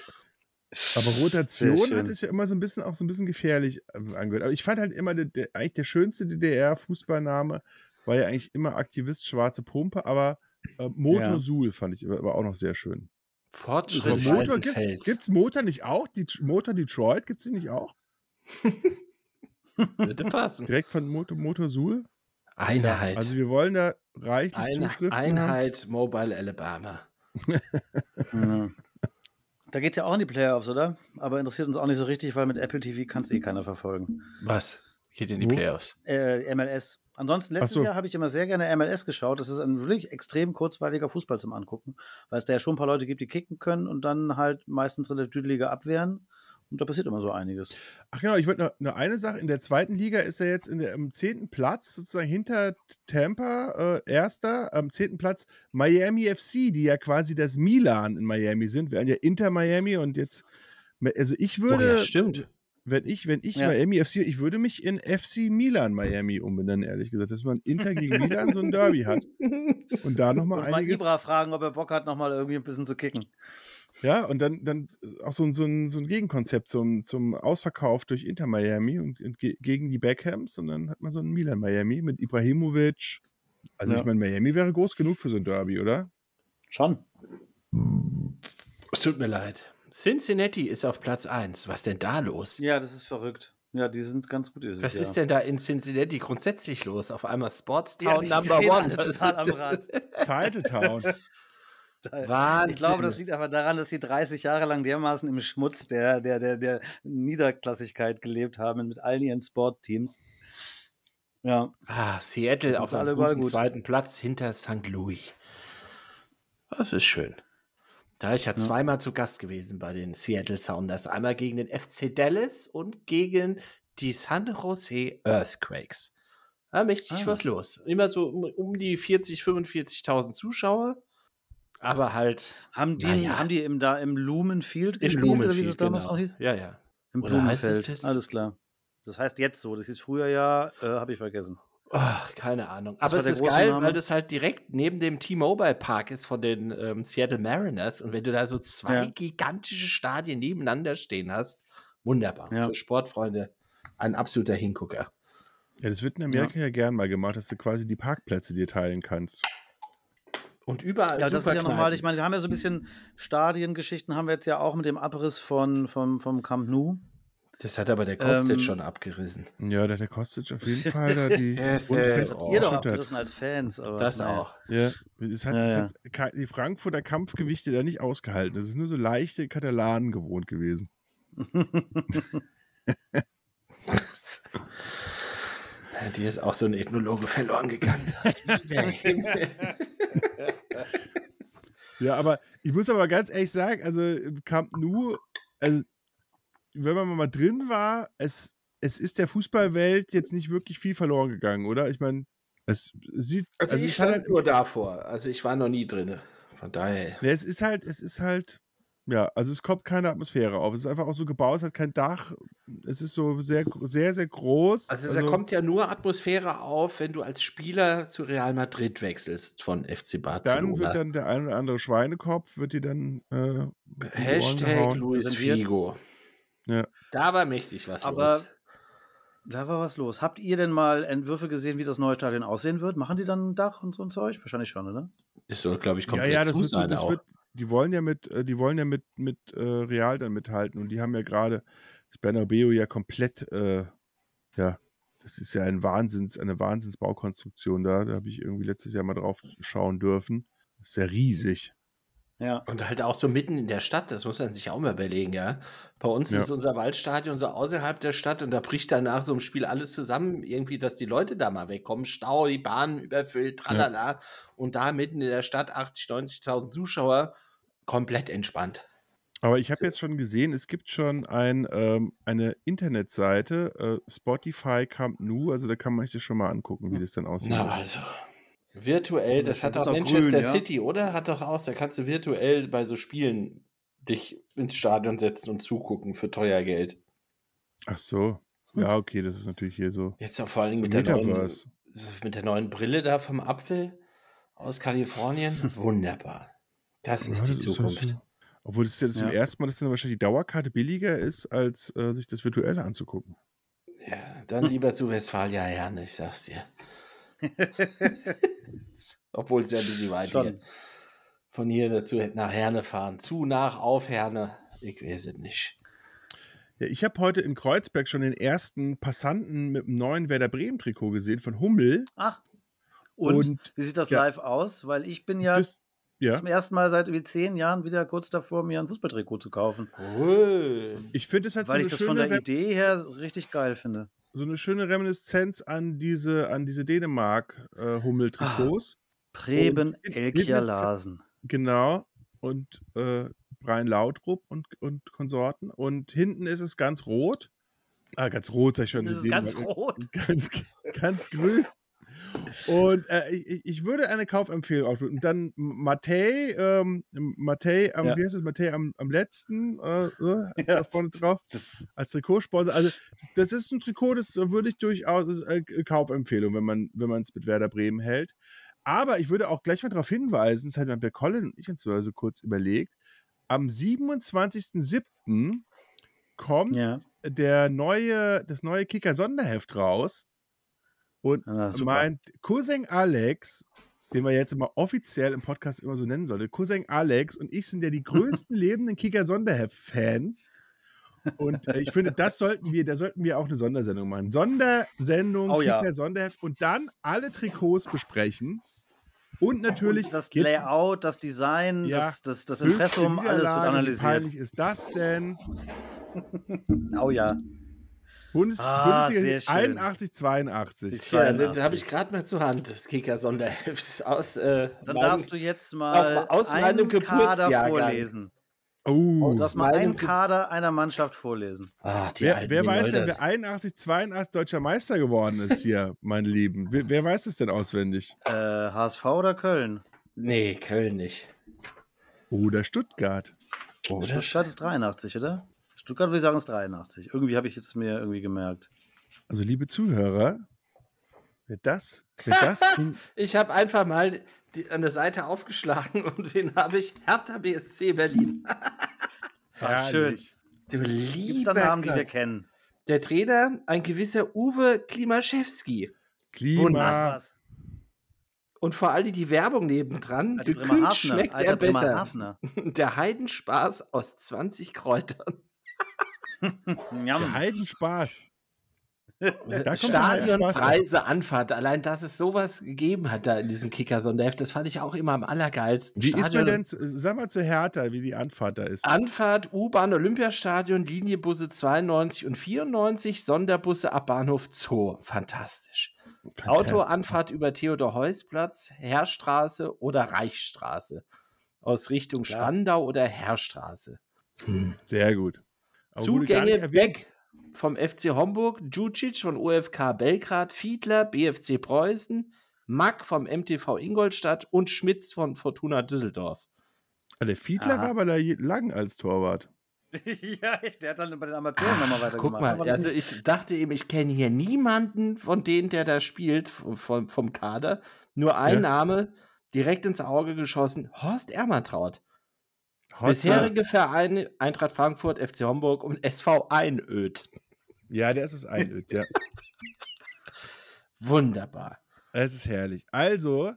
aber
Sehr
Rotation
schön.
hat es ja immer so ein bisschen auch so ein bisschen gefährlich äh, angehört. Aber ich fand halt immer, der, der, eigentlich der schönste DDR-Fußballname war ja eigentlich immer Aktivist Schwarze Pumpe, aber äh, Motor
Ja.
Suhl fand ich aber auch noch sehr schön.
Fortschritt
Aber Motor gibt
Weißenfels.
es Motor nicht auch? Die, Motor Detroit gibt es die nicht auch?
Würde passen.
Direkt von Motor, Motor Suhl?
Einheit.
Also wir wollen da reichlich
Ein,
Zuschriften haben.
Einheit Mobile Alabama.
Ja. Da geht es ja auch in die Playoffs, oder? Aber interessiert uns auch nicht so richtig, weil mit Apple TV kann es eh keiner verfolgen.
Was? Geht in die
Wo?
Playoffs.
Äh, MLS. Ansonsten, letztes
Ach so.
Jahr habe ich immer sehr gerne MLS geschaut. Das ist ein wirklich extrem kurzweiliger Fußball zum Angucken, weil es da ja schon ein paar Leute gibt, die kicken können und dann halt meistens relativ düdelige abwehren. Und da passiert immer so einiges.
Ach genau, ich wollte noch, noch eine Sache. In der zweiten Liga ist er jetzt in der, im zehnten Platz, sozusagen hinter Tampa, äh, erster, am zehnten Platz Miami FC, die ja quasi das Milan in Miami sind. Wir haben ja Inter Miami und jetzt, also ich
oh,
würde,
ja, stimmt.
wenn ich, wenn ich
Ja.
Miami FC, ich würde mich in FC Milan Miami umbenennen, ehrlich gesagt, dass man Inter gegen Milan so ein Derby hat und da nochmal
Und mal
einiges
Ibra fragen, ob er Bock hat, nochmal irgendwie ein bisschen zu kicken.
Ja, und dann, dann äh, auch so, ein- so, ein, so ein Gegenkonzept zum, zum Ausverkauf durch Inter Miami und, und ge gegen die Beckhams und dann hat man so ein Milan Miami mit Ibrahimovic. Also
Ja.
ich meine, Miami wäre groß genug für so ein Derby, oder?
Schon.
Es tut mir leid. Cincinnati ist auf Platz 1. Was denn da los?
Ja, das ist verrückt. Ja, die sind ganz gut dieses
Was
Jahr.
ist denn da in Cincinnati grundsätzlich los? Auf einmal
Ja,
Sportstown
die
Number
drehen
One.
alle
Was
total
ist
am
denn-
Rad.
Title Town.
Wahnsinn.
Ich glaube, das liegt einfach daran, dass sie 30 Jahre lang dermaßen im Schmutz der, der, der, der Niederklassigkeit gelebt haben mit allen ihren Sportteams. Ja,
Ah,
Das
Seattle auf
ist alle
einem
überall
guten
gut.
zweiten Platz hinter St. Louis. Das ist schön. Da ist ja
Ja.
zweimal zu Gast gewesen bei den Seattle Sounders. Einmal gegen den FC Dallas und gegen die San Jose Earthquakes. Da mächtig
Ah.
was los. Immer so um, um die 40, 45.000 Zuschauer. Aber halt
Haben die,
Naja.
haben die im, da im Lumenfield
in
gespielt, oder wie es
Blumenfeld.
damals
genau.
auch hieß?
Ja, ja.
Im
Oder heißt es
Blumenfeld.
jetzt?
Alles klar. Das heißt jetzt so. Das hieß früher ja, äh, habe ich vergessen.
Ach, keine Ahnung.
Das
Aber
war
es
der
ist
große
geil,
Name.
weil das halt direkt neben dem T-Mobile Park ist von den ähm, Seattle Mariners. Und wenn du da so zwei
Ja.
gigantische Stadien nebeneinander stehen hast, wunderbar.
Ja.
Für Sportfreunde ein absoluter Hingucker.
Ja, das wird in Amerika ja. gern mal gemacht, dass du quasi die Parkplätze dir teilen kannst.
Und überall.
Ja, das ist ja
Superkneipen.
nochmal, ich meine, wir haben ja so ein bisschen Stadiengeschichten, haben wir jetzt ja auch mit dem Abriss von, vom, vom Camp Nou.
Das hat aber der Kostic
Ähm,
schon abgerissen.
Ja, da hat der Kostic auf jeden Fall da die
Äh,
Unfest
oh.
Ihr doch
geschüttert.
abgerissen als Fans. Aber
Das
naja.
auch.
Ja, es hat,
Ja,
es
ja.
hat ka- die Frankfurter Kampfgewichte da nicht ausgehalten. Das ist nur so leichte Katalanen gewohnt gewesen.
Ja, Dir ist auch so ein Ethnologe verloren gegangen. Lieber Himmel.
Ja, aber ich muss aber ganz ehrlich sagen, also im Camp Nou, also wenn man mal drin war, es, es ist der Fußballwelt jetzt nicht wirklich viel verloren gegangen, oder? Ich meine, es sieht,
also,
also
ich
es, hat
stand
halt,
nur davor. Also ich war noch nie drin. Von daher.
ne, es ist halt, es ist halt, ja, also es kommt keine Atmosphäre auf. Es ist einfach auch so gebaut, es hat kein Dach, es ist so sehr, sehr, sehr groß.
Also, da kommt ja nur Atmosphäre auf, wenn du als Spieler zu Real Madrid wechselst von FC Barcelona.
dann wird dann der ein oder andere Schweinekopf, wird dir dann äh, in die Ohren
Hashtag
gehauen.
Luis
präsentiert.
Figo.
Ja.
Da war mächtig was
Aber-
los.
Da war was los. Habt ihr denn mal Entwürfe gesehen, wie das neue Stadion aussehen wird? Machen die dann ein Dach und so ein Zeug? Wahrscheinlich schon, oder?
Das soll, glaube ich,
Ja,
komplett
ja, das,
zu
wirst du,
sein
das
auch.
wird, die wollen ja mit, äh, die wollen ja mit, mit äh, Real dann mithalten und die haben ja gerade das Bernabeu ja komplett, äh, ja, das ist ja ein Wahnsinns, eine Wahnsinnsbaukonstruktion da. Da habe ich irgendwie letztes Jahr mal drauf schauen dürfen. Das ist ja riesig.
Ja.
Und halt auch so mitten in der Stadt, das muss man sich auch mal überlegen, ja. Bei uns
Ja.
ist unser Waldstadion so außerhalb der Stadt und da bricht dann nach so einem Spiel alles zusammen, irgendwie, dass die Leute da mal wegkommen. Stau, die Bahnen überfüllt, tralala. Und da mitten in der Stadt 80, 90.000 Zuschauer, komplett entspannt.
Aber ich habe jetzt schon gesehen, es gibt schon ein, ähm, eine Internetseite, äh, Spotify Camp Nou, also da kann man sich das schon mal angucken, wie das dann aussieht.
Na also. Virtuell, das,
Das
hat
ist
auch
auch
Manchester
grün, ja?
City, oder? Hat doch aus, da kannst du virtuell bei so Spielen dich ins Stadion setzen und zugucken für teuer Geld.
Ach so. Ja, okay, das ist natürlich hier so.
Jetzt auch vor allen
so
Dingen hm. mit der neuen,
Metaverse.
mit der neuen Brille da vom Apfel aus Kalifornien. Wunderbar. Das ist
Ja,
die
das halt
Zukunft.
so. Obwohl das ist ja zum
Ja.
ersten Mal, dass dann wahrscheinlich die Dauerkarte billiger ist, als äh, sich das Virtuelle anzugucken.
Ja, dann lieber zu Westfalia Herne, ich sag's dir. Obwohl es wäre ein bisschen weit
Schon.
hier. Von hier dazu nach Herne fahren. Zu, nach, auf Herne. Ich weiß es nicht.
Ja, ich habe heute in Kreuzberg schon den ersten Passanten mit dem neuen Werder Bremen-Trikot gesehen von Hummel.
Ach. Und,
Und-
wie sieht das
ja.
live aus? Weil ich bin ja
Das- Ja.
zum ersten Mal seit irgendwie zehn Jahren wieder kurz davor, mir ein Fußballtrikot zu kaufen.
Ich finde, das hat so
Weil
eine,
ich das von
schöne
der
Re-
Idee her richtig geil finde.
so eine schöne Reminiszenz an diese, an diese äh,
Ah.
Dänemark-Hummel-Trikots.
Preben
Und-
Elkia Larsen.
Genau. Und äh, Brian Lautrup und, und Konsorten. Und hinten ist es ganz rot. Ah, ganz rot, sag ich schon.
Das ist
Dänemark-
ganz rot.
ganz, ganz grün. Und äh, ich, ich würde eine Kaufempfehlung auch tun. Und dann Matei, ähm, Matei, am,
Ja.
wie heißt es, Matei am, am letzten, äh, äh, als
Ja.
da vorne drauf,
Das,
als Trikotsponsor. Also, das ist ein Trikot, das würde ich durchaus, das ist eine Kaufempfehlung, wenn man wenn man es mit Werder Bremen hält. Aber ich würde auch gleich mal darauf hinweisen, das hat der Colin und ich uns so kurz überlegt, am 27.07. kommt
ja.
der neue, das neue Kicker-Sonderheft raus. Und
Ah, super.
Also mein Cousin Alex, den wir jetzt immer offiziell im Podcast immer so nennen sollte, Cousin Alex und ich sind ja die größten lebenden Kicker-Sonderheft-Fans. Und äh, ich finde, das sollten wir, da sollten wir auch eine Sondersendung machen. Sondersendung,
Oh ja.
Kicker-Sonderheft und dann alle Trikots besprechen. Und natürlich
Und das
jetzt-
Layout, das Design,
Ja.
das, das, das
höchste
Impressum, alles wird
Niederlage, Wie
analysiert.
peinlich ist das denn?
Oh ja.
Bundes
Ah,
Bundesliga
sehr schön.
81, 82.
Tja, den
82.
habe ich gerade mal zur Hand, das Kicker-Sonderheft. Aus, äh,
Dann
meinem-
darfst du jetzt mal
Auf- aus
einen
meinem
Kader
Geburtsjahrgang.
vorlesen.
Oh,
Aus-
Lass mal einen
meinem Ge-
Kader einer Mannschaft vorlesen.
Ah, die
wer,
alten
wer weiß
Leute.
denn, wer 81, 82 deutscher Meister geworden ist hier, meine Lieben? Wer, wer weiß es denn auswendig?
Äh, HSV oder Köln?
Nee, Köln nicht.
Oder Stuttgart.
Oder?
Stuttgart ist 83, oder? Stuttgart würde ich sagen ist 83. Irgendwie habe ich jetzt mir irgendwie gemerkt.
Also, liebe Zuhörer, wer das, wer das, in,
Ich habe einfach mal die, an der Seite aufgeschlagen und wen habe ich? Hertha BSC Berlin.
Ach, schön.
Herrlich.
Du
Gibt es da
lieber
Namen, die
Gott.
wir kennen?
Der Trainer, ein gewisser Uwe Klimaschewski.
Klima.
was?
Und vor allem die Werbung nebendran.
Alter
Gekühlt schmeckt
Alter
er besser.
Bremerhavener.
Der Heidenspaß aus 20 Kräutern.
Der
Njam.
Heidenspaß. halt der Heidenspaß her.
Stadionpreise, Anfahrt. Allein, dass es sowas gegeben hat da in diesem Kicker-Sonderheft, das fand ich auch immer am allergeilsten.
Wie ist man
Stadion-
denn, zu- sag mal zu Hertha, wie die Anfahrt da ist?
Anfahrt U-Bahn Olympiastadion, Liniebusse 92 und 94, Sonderbusse ab Bahnhof Zoo. Fantastisch.
Fantastisch.
Autoanfahrt über Theodor-Heuss-Platz, Herrstraße oder Reichstraße. Aus Richtung Spandau oder Herrstraße.
Hm. Sehr gut. Aber wurde gar nicht
Zugänge
erwähnt.
weg vom FC Homburg, Djucic von OFK Belgrad, Fiedler, BFC Preußen, Mack vom MTV Ingolstadt und Schmitz von Fortuna Düsseldorf.
Der Fiedler
Aha.
war aber da je- lang als Torwart.
ja, der hat dann bei den Amateuren nochmal weitergemacht.
Guck mal,
Aber das
also
nicht-
ich dachte eben, ich kenne hier niemanden von denen, der da spielt, vom, vom Kader. Nur ein
Ja.
Name direkt ins Auge geschossen: Horst Ermantraut.
Horst
Bisherige Vereine Eintracht Frankfurt, FC Homburg und SV Einöd.
Ja, der ist es einöd, ja.
Wunderbar.
Es ist herrlich. Also,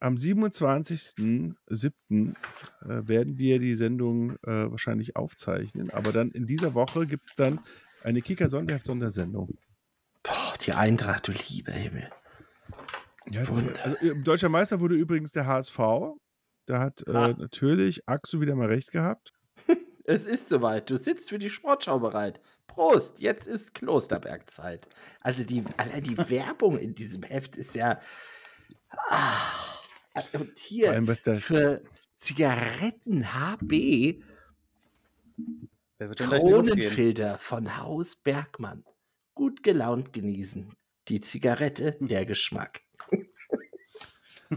am 27.07. äh, werden wir die Sendung äh, wahrscheinlich aufzeichnen. Aber dann in dieser Woche gibt es dann eine Kicker-Sonderheft-Sondersendung.
Boah, die Eintracht, du lieber Himmel.
Ja, das
Wunder.
also, äh, deutscher Meister wurde übrigens der HSV. Da hat äh,
Ah.
natürlich Axu wieder mal recht gehabt.
Es ist soweit. Du sitzt für die Sportschau bereit. Prost, jetzt ist Klosterbergzeit. Also die, allein die Werbung in diesem Heft ist ja. Ah, und hier.
Vor allem, äh, was der
für Zigaretten HB
Wer wird denn gleich in die Luft gehen?
Kronenfilter von Haus Bergmann. Gut gelaunt genießen. Die Zigarette,
Hm.
der Geschmack.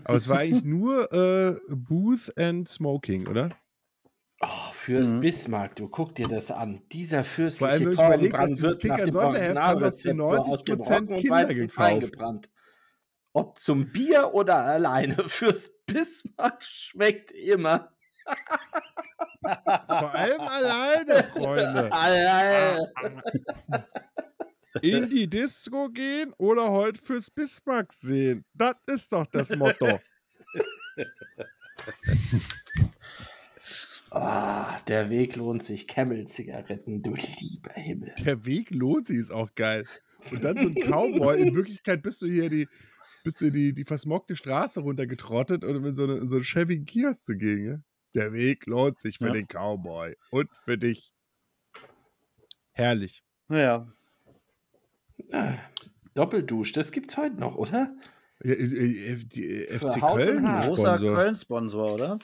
Aber es war eigentlich nur äh, Booth and Smoking, oder?
Oh, Fürst
Mhm.
Bismarck, du guck dir das an. Dieser
Vor allem,
fürstliche
wenn ich
Kornbrand
überlege, dass dieses
wird nach dem
Kicker-Sonderheft haben doch zu
Originalrezept nur aus dem
90%
Roggen und
Kinder
Weizen
gekauft.
Eingebrannt. Ob zum Bier oder alleine, Fürst Bismarck schmeckt immer.
Vor allem alleine,
Ne.
Freunde.
Alleine. Äh.
In die Disco gehen oder heute fürs Bismarck sehen. Das ist doch das Motto.
Ah, der Weg lohnt sich. Camel-Zigaretten, du lieber Himmel.
Der Weg lohnt sich, ist auch geil. Und dann so ein Cowboy. In Wirklichkeit bist du hier die, bist du die, die versmogte Straße runtergetrottet und mit so, eine, so einem schäbigen Kiosk zugegen. Ne? Der Weg lohnt sich für
Ja.
den Cowboy und für dich. Herrlich.
Naja,
Doppeldusch, das gibt's heute noch, oder?
Ja, äh, äh, Die äh,
Für
FC
Haut und
Köln.
Haar.
ist
großer
Sponsor.
Köln-Sponsor, oder?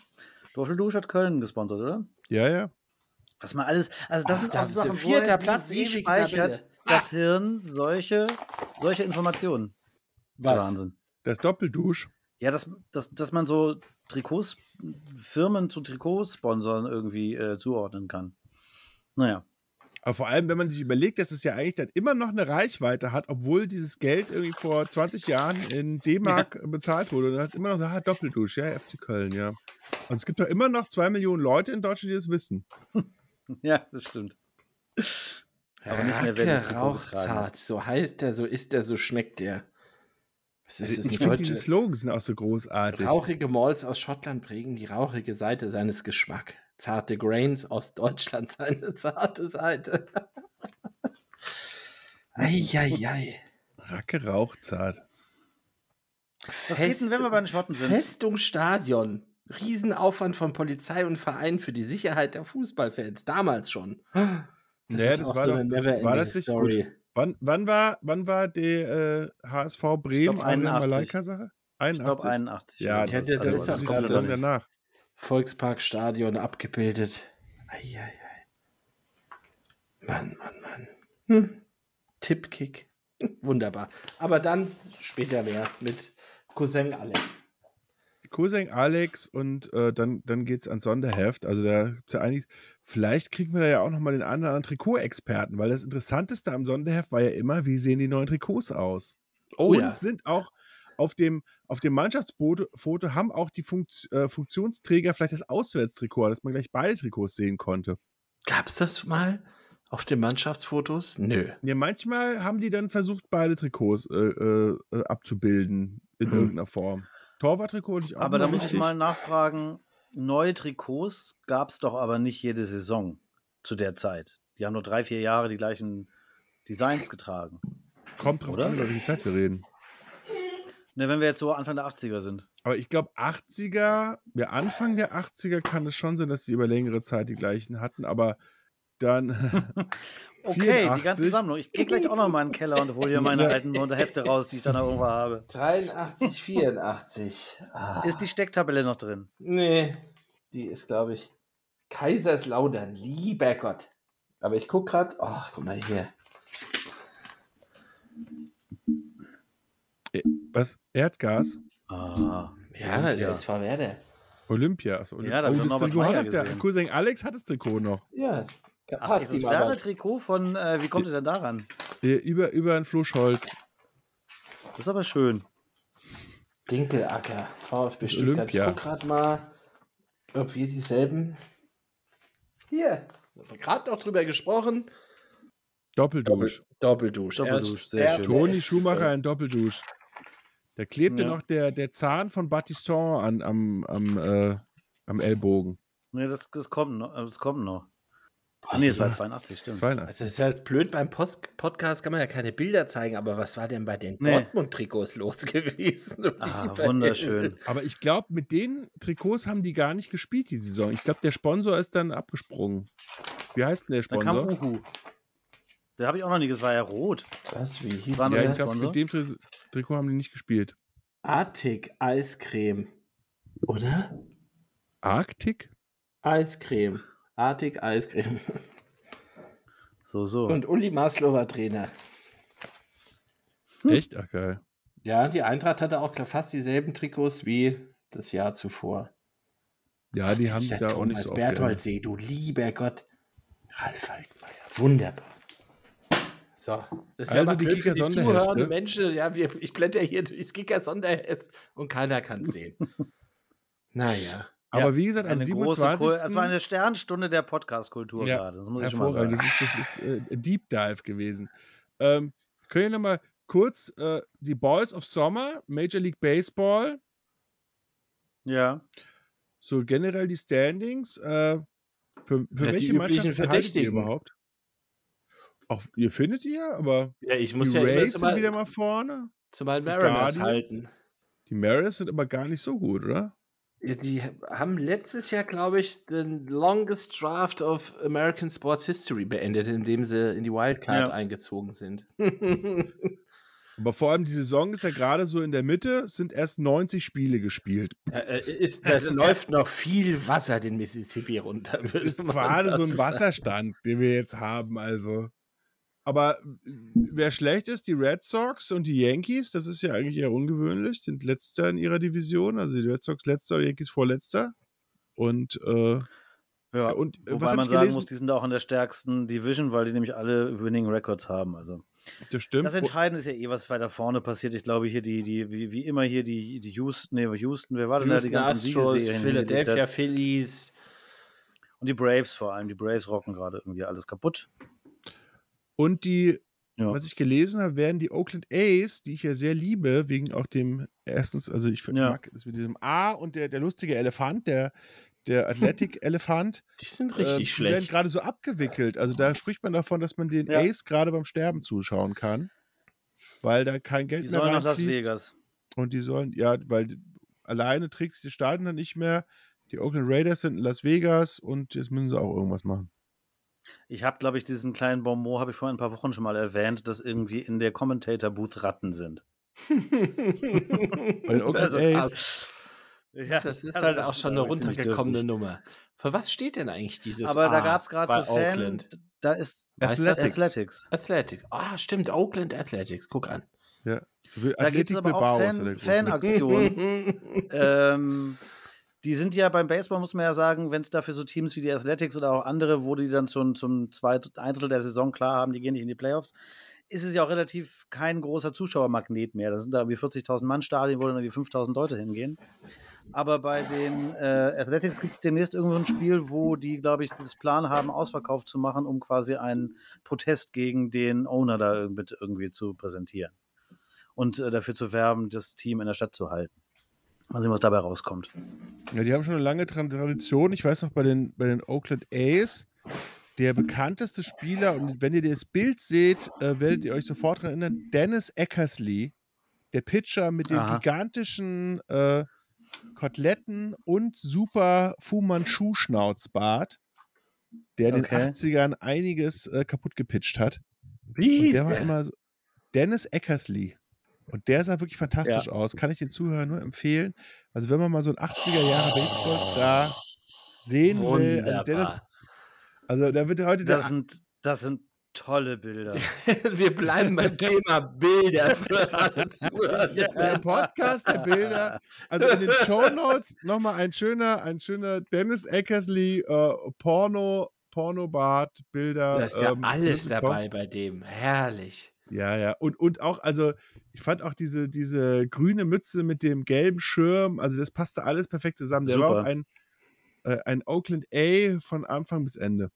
Dorfeldusch hat Köln gesponsert, oder?
Ja, ja.
Was man alles, also das
Ach,
sind auch
das ist
so Sachen,
der vierte
woher-
Platz,
wie
ewige
speichert
Tabelle.
das Hirn solche, solche Informationen?
Was?
Wahnsinn.
Das Doppeldusch.
Ja, dass, dass, dass man so Trikots, Firmen zu Trikotsponsoren irgendwie äh, zuordnen kann. Naja.
Aber vor allem, wenn man sich überlegt, dass es ja eigentlich dann immer noch eine Reichweite hat, obwohl dieses Geld irgendwie vor 20 Jahren in D-Mark äh, bezahlt wurde. Und dann ist immer noch so, ah, Doppeldusch, ja, FC Köln, ja. Und es gibt doch immer noch zwei Millionen Leute in Deutschland, die das wissen.
Ja, das stimmt. Aber nicht mehr, wer das
Racke,
Trikot getragen hat.
Rauchzart, so heißt der, so ist der, so schmeckt der. Was
Also
ist das
ich
ein
finde,
deutsches-
diese Slogans sind auch so großartig.
Rauchige Malls aus Schottland prägen die rauchige Seite seines Geschmacks. Zarte Grains aus Deutschland seine zarte Seite. Eieiei.
Racke rauchzart.
Was geht denn, wenn wir bei den Schotten sind?
Festung Stadion. Riesenaufwand von Polizei und Verein für die Sicherheit der Fußballfans. Damals schon. Das
Naja, das war doch- das- war das nicht
Story.
Wann, wann, war, wann war die äh, HSV
Ich
Bremen
glaub,
auch eine
81.
Malaika-Sache?
Ich glaube
81.
81.
Ja,
oder
das-
das,
sowas.
hätte-
also,
das ist
das
doch
ist
komplett-
dann danach.
Volksparkstadion abgebildet. Eieiei. Mann, Mann, Mann. Hm. Tippkick. Wunderbar. Aber dann später mehr mit Cousin Alex.
Cousin Alex und äh, dann, dann geht es ans Sonderheft. Also da gibt es ja einiges. Vielleicht kriegen wir da ja auch nochmal den einen oder anderen Trikot-Experten, weil das Interessanteste am Sonderheft war ja immer, wie sehen die neuen Trikots aus?
Oh
und
ja.
sind auch auf dem, auf dem Mannschaftsfoto Foto haben auch die Funkt, äh, Funktionsträger vielleicht das Auswärtstrikot, dass man gleich beide Trikots sehen konnte.
Gab's das mal auf den Mannschaftsfotos? Nö.
Ja, manchmal haben die dann versucht, beide Trikots äh, äh, äh, abzubilden in
Hm.
irgendeiner Form. Torwarttrikot hatte ich auch
Mhm. Aber da
mal
muss
richtig.
ich mal nachfragen, neue Trikots gab es doch aber nicht jede Saison zu der Zeit. Die haben nur drei, vier Jahre die gleichen Designs getragen.
Kommt drauf
oder?
an, über welche Zeit wir reden.
Ne, wenn wir jetzt so Anfang der 80er sind.
Aber ich glaube, 80er, ja, Anfang der 80er kann es schon sein, dass sie über längere Zeit die gleichen hatten, aber dann.
Okay, die ganze
84.
Sammlung. Ich gehe gleich auch noch mal in den Keller und hole hier meine
Ja.
alten Hefte raus, die ich dann noch irgendwo habe.
83, 84. Ah.
Ist die Stecktabelle noch drin?
Nee, die ist, glaube ich, Kaiserslautern, lieber Gott. Aber ich gucke gerade, ach, guck mal hier.
Was? Erdgas?
Ah,
Ja, der ist Werder.
Olympia. also Achso, Olympia.
Ja, da hat man
das
Norbert
Trikot
Meyer
hat der
gesehen.
Cousin Alex hat das Trikot noch.
Ja,
Ach, ist
passt
das
ihm aber.
Werder-Trikot von, äh, wie kommt ihr denn daran?
Äh, Über, über einen Flo Scholz.
Das ist aber schön.
Dinkelacker, VfB
Das
Stuttgart. Ich
Olympia.
guck gerade mal, ob wir dieselben. Hier, gerade noch drüber gesprochen.
Doppeldusch.
Doppeldusch.
Doppeldusch,
Erst-
sehr
erst-
schön.
Toni Schumacher ein Doppeldusch. Da klebte
Ja.
noch der, der Zahn von Battiston an, am, am, äh, am Ellbogen.
Nee, Ne, das, das kommt noch. Das kommt noch. Ah, nee, es war 82, stimmt.
82.
Also es ist halt blöd, beim Post Podcast kann man ja keine Bilder zeigen, aber was war denn bei den
Nee.
Dortmund-Trikots los gewesen?
Ah, wunderschön.
Aber ich glaube, mit den Trikots haben die gar nicht gespielt die Saison. Ich glaube, der Sponsor ist dann abgesprungen. Wie heißt denn der
Dann kam
Sponsor?
Uhu. Da habe ich auch noch nie gesehen. war ja rot.
Was, wie hieß
Waren
ja,
der
ich glaube,
Sponsor?
mit dem Tri- Trikot haben die nicht gespielt.
Arctic Eiscreme. Oder?
Arktik?
Eiscreme. Arctic Eiscreme.
So, so.
Und Uli Maslow war Trainer.
Hm.
Echt? Ach, geil.
Ja, die Eintracht hatte auch fast dieselben Trikots wie das Jahr zuvor.
Ja, die haben sich
Dieser
da auch nicht
Thomas
so oft
Berthold
geändert.
See, du lieber Gott. Ralf Altmaier. Wunderbar. So, das
Also
aber
die
blöd für
Kicker-Sonderhefte.
zuhörenden Menschen, ja, wir, ich blätter hier durchs Kicker-Sonderheft und keiner kann sehen. naja.
Aber wie gesagt, am
eine große
27.
Kul Es war eine Sternstunde der Podcast-Kultur
Ja,
gerade. Das muss ich schon mal
hervorragend.
sagen.
Das ist, das ist äh, ein Deep Dive gewesen. Ähm, können wir nochmal kurz äh, die Boys of Summer, Major League Baseball,
Ja.
so generell die Standings. Äh, für für
Ja, die
welche
üblichen
Mannschaft haltet ihr
Verdächtigen.
überhaupt? Auch, ihr findet ihr, aber
Ja, ich
die
muss ja immer
Rays
zu,
sind
mein,
wieder mal vorne.
zu meinen
die
Mariners
Guardians.
halten.
Die Mariners sind aber gar nicht so gut, oder?
Ja, die haben letztes Jahr, glaube ich, den longest draft of American Sports History beendet, indem sie in die Wildcard
Ja.
eingezogen sind. Äh,
Aber vor allem die Saison ist ja gerade so in der Mitte, es sind erst 90 Spiele gespielt.
Da, äh, ist, da läuft noch viel Wasser den Mississippi runter.
Es
würde
ist
man
gerade so
dazu
ein
sagen.
Wasserstand, den wir jetzt haben, also. Aber äh, wer schlecht ist, die Red Sox und die Yankees, das ist ja eigentlich eher ungewöhnlich, sind letzter in ihrer Division, also die Red Sox letzter, die Yankees vorletzter. Und, äh,
ja.
ja, und äh, was
Wobei
hab
man
ich
sagen
gelesen?
muss, die sind auch in der stärksten Division, weil die nämlich alle Winning Records haben. Also
das stimmt.
das Entscheidende ist ja eh, was weiter vorne passiert. Ich glaube, hier die, die, wie, wie immer hier die, die Houston, nee, Houston, wer war denn
Houston
da die ganzen
Astros,
Siegesserien? die gelegt
Philadelphia
hat?
Phillies.
Und die Braves vor allem. Die Braves rocken gerade irgendwie alles kaputt.
und die,
Ja.
was ich gelesen habe, werden die Oakland A's, die ich ja sehr liebe, wegen auch dem, erstens, also ich
Ja.
mag es mit diesem A und der, der lustige Elefant, der, der Athletic-Elefant,
Die sind richtig
äh, die werden
schlecht.
gerade so abgewickelt. Also da spricht man davon, dass man den
Ja.
Ace gerade beim Sterben zuschauen kann, weil da kein Geld
Die
mehr
sollen nach Las
reinfließt.
Vegas.
Und die sollen, ja, weil die- alleine trägt sich das Stadion dann nicht mehr. Die Oakland Raiders sind in Las Vegas und jetzt müssen sie auch irgendwas machen.
Ich habe, glaube ich, diesen kleinen Bonbon, habe ich vor ein paar Wochen schon mal erwähnt, dass irgendwie in der Commentator-Booth Ratten sind.
Weil
Also,
okay,
Ja,
Das ist
also
halt auch schon eine
irgendwie ziemlich
runtergekommene
dürftig.
Nummer. Für was steht denn eigentlich dieses
Aber da
A
gab es gerade
bei
so Fan,
Oakland?
da ist
Weißt du das?
Athletics.
Athletics. Ah, stimmt, Oakland Athletics. Guck an.
ja. So viel
Da gibt es
Athletic
aber auch
Bilbao ist ja
Fan,
der Grund.
Fanaktionen.
Aktion.
ähm, die sind ja beim Baseball, muss man ja sagen, wenn es dafür so Teams wie die Athletics oder auch andere, wo die dann zum, zum zweiten ein Drittel der Saison klar haben, die gehen nicht in die Playoffs, ist es ja auch relativ kein großer Zuschauermagnet mehr. Da sind da irgendwie 40.000 Mann Stadien, wo dann irgendwie 5.000 Leute hingehen. Aber bei den äh, Athletics gibt es demnächst irgendwo ein Spiel, wo die, glaube ich, das Plan haben, Ausverkauf zu machen, um quasi einen Protest gegen den Owner da irg- mit irgendwie zu präsentieren und äh, dafür zu werben, das Team in der Stadt zu halten. Mal sehen, was dabei rauskommt.
Ja, die haben schon eine lange Tra- Tradition. Ich weiß noch, bei den, bei den Oakland A's, der bekannteste Spieler, und wenn ihr das Bild seht, äh, werdet ihr euch sofort daran erinnern, Dennis Eckersley, der Pitcher mit den
Aha.
gigantischen äh, Koteletten und super Fu Manchu-Schnauzbart, der in
Okay.
den 80ern einiges äh, kaputt gepitcht hat.
Wie
Und
hieß
der war
der?
immer so, Dennis Eckersley. Und der sah wirklich fantastisch aus. Kann ich den Zuhörern nur empfehlen. Also, wenn man mal so einen 80er Jahre Baseballstar sehen will, also, Dennis,
Wunderbar.
also da wird heute
Das
der,
sind, das sind tolle Bilder.
Wir bleiben beim Thema Bilder für alle Zuhörer.
der Podcast der Bilder. Also in den Shownotes nochmal ein schöner, ein schöner Dennis Eckersley äh, Porno, Pornobart, Bilder.
Da ist ja
ähm,
alles
Grüße
dabei bei dem. Herrlich.
Ja, ja. Und, und auch, also, ich fand auch diese, diese grüne Mütze mit dem gelben Schirm, also das passte alles perfekt zusammen. Der war
Super.
auch ein, äh, ein Oakland A von Anfang bis Ende.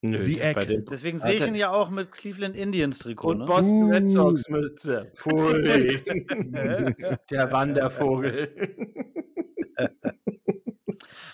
Nö,
Die
bei
Eck.
den-
Deswegen sehe ich ihn ja auch mit Cleveland Indians Trikot.
Und
Ne?
Boston Red
Uh.
Sox Mütze. Pfui. Der Wandervogel.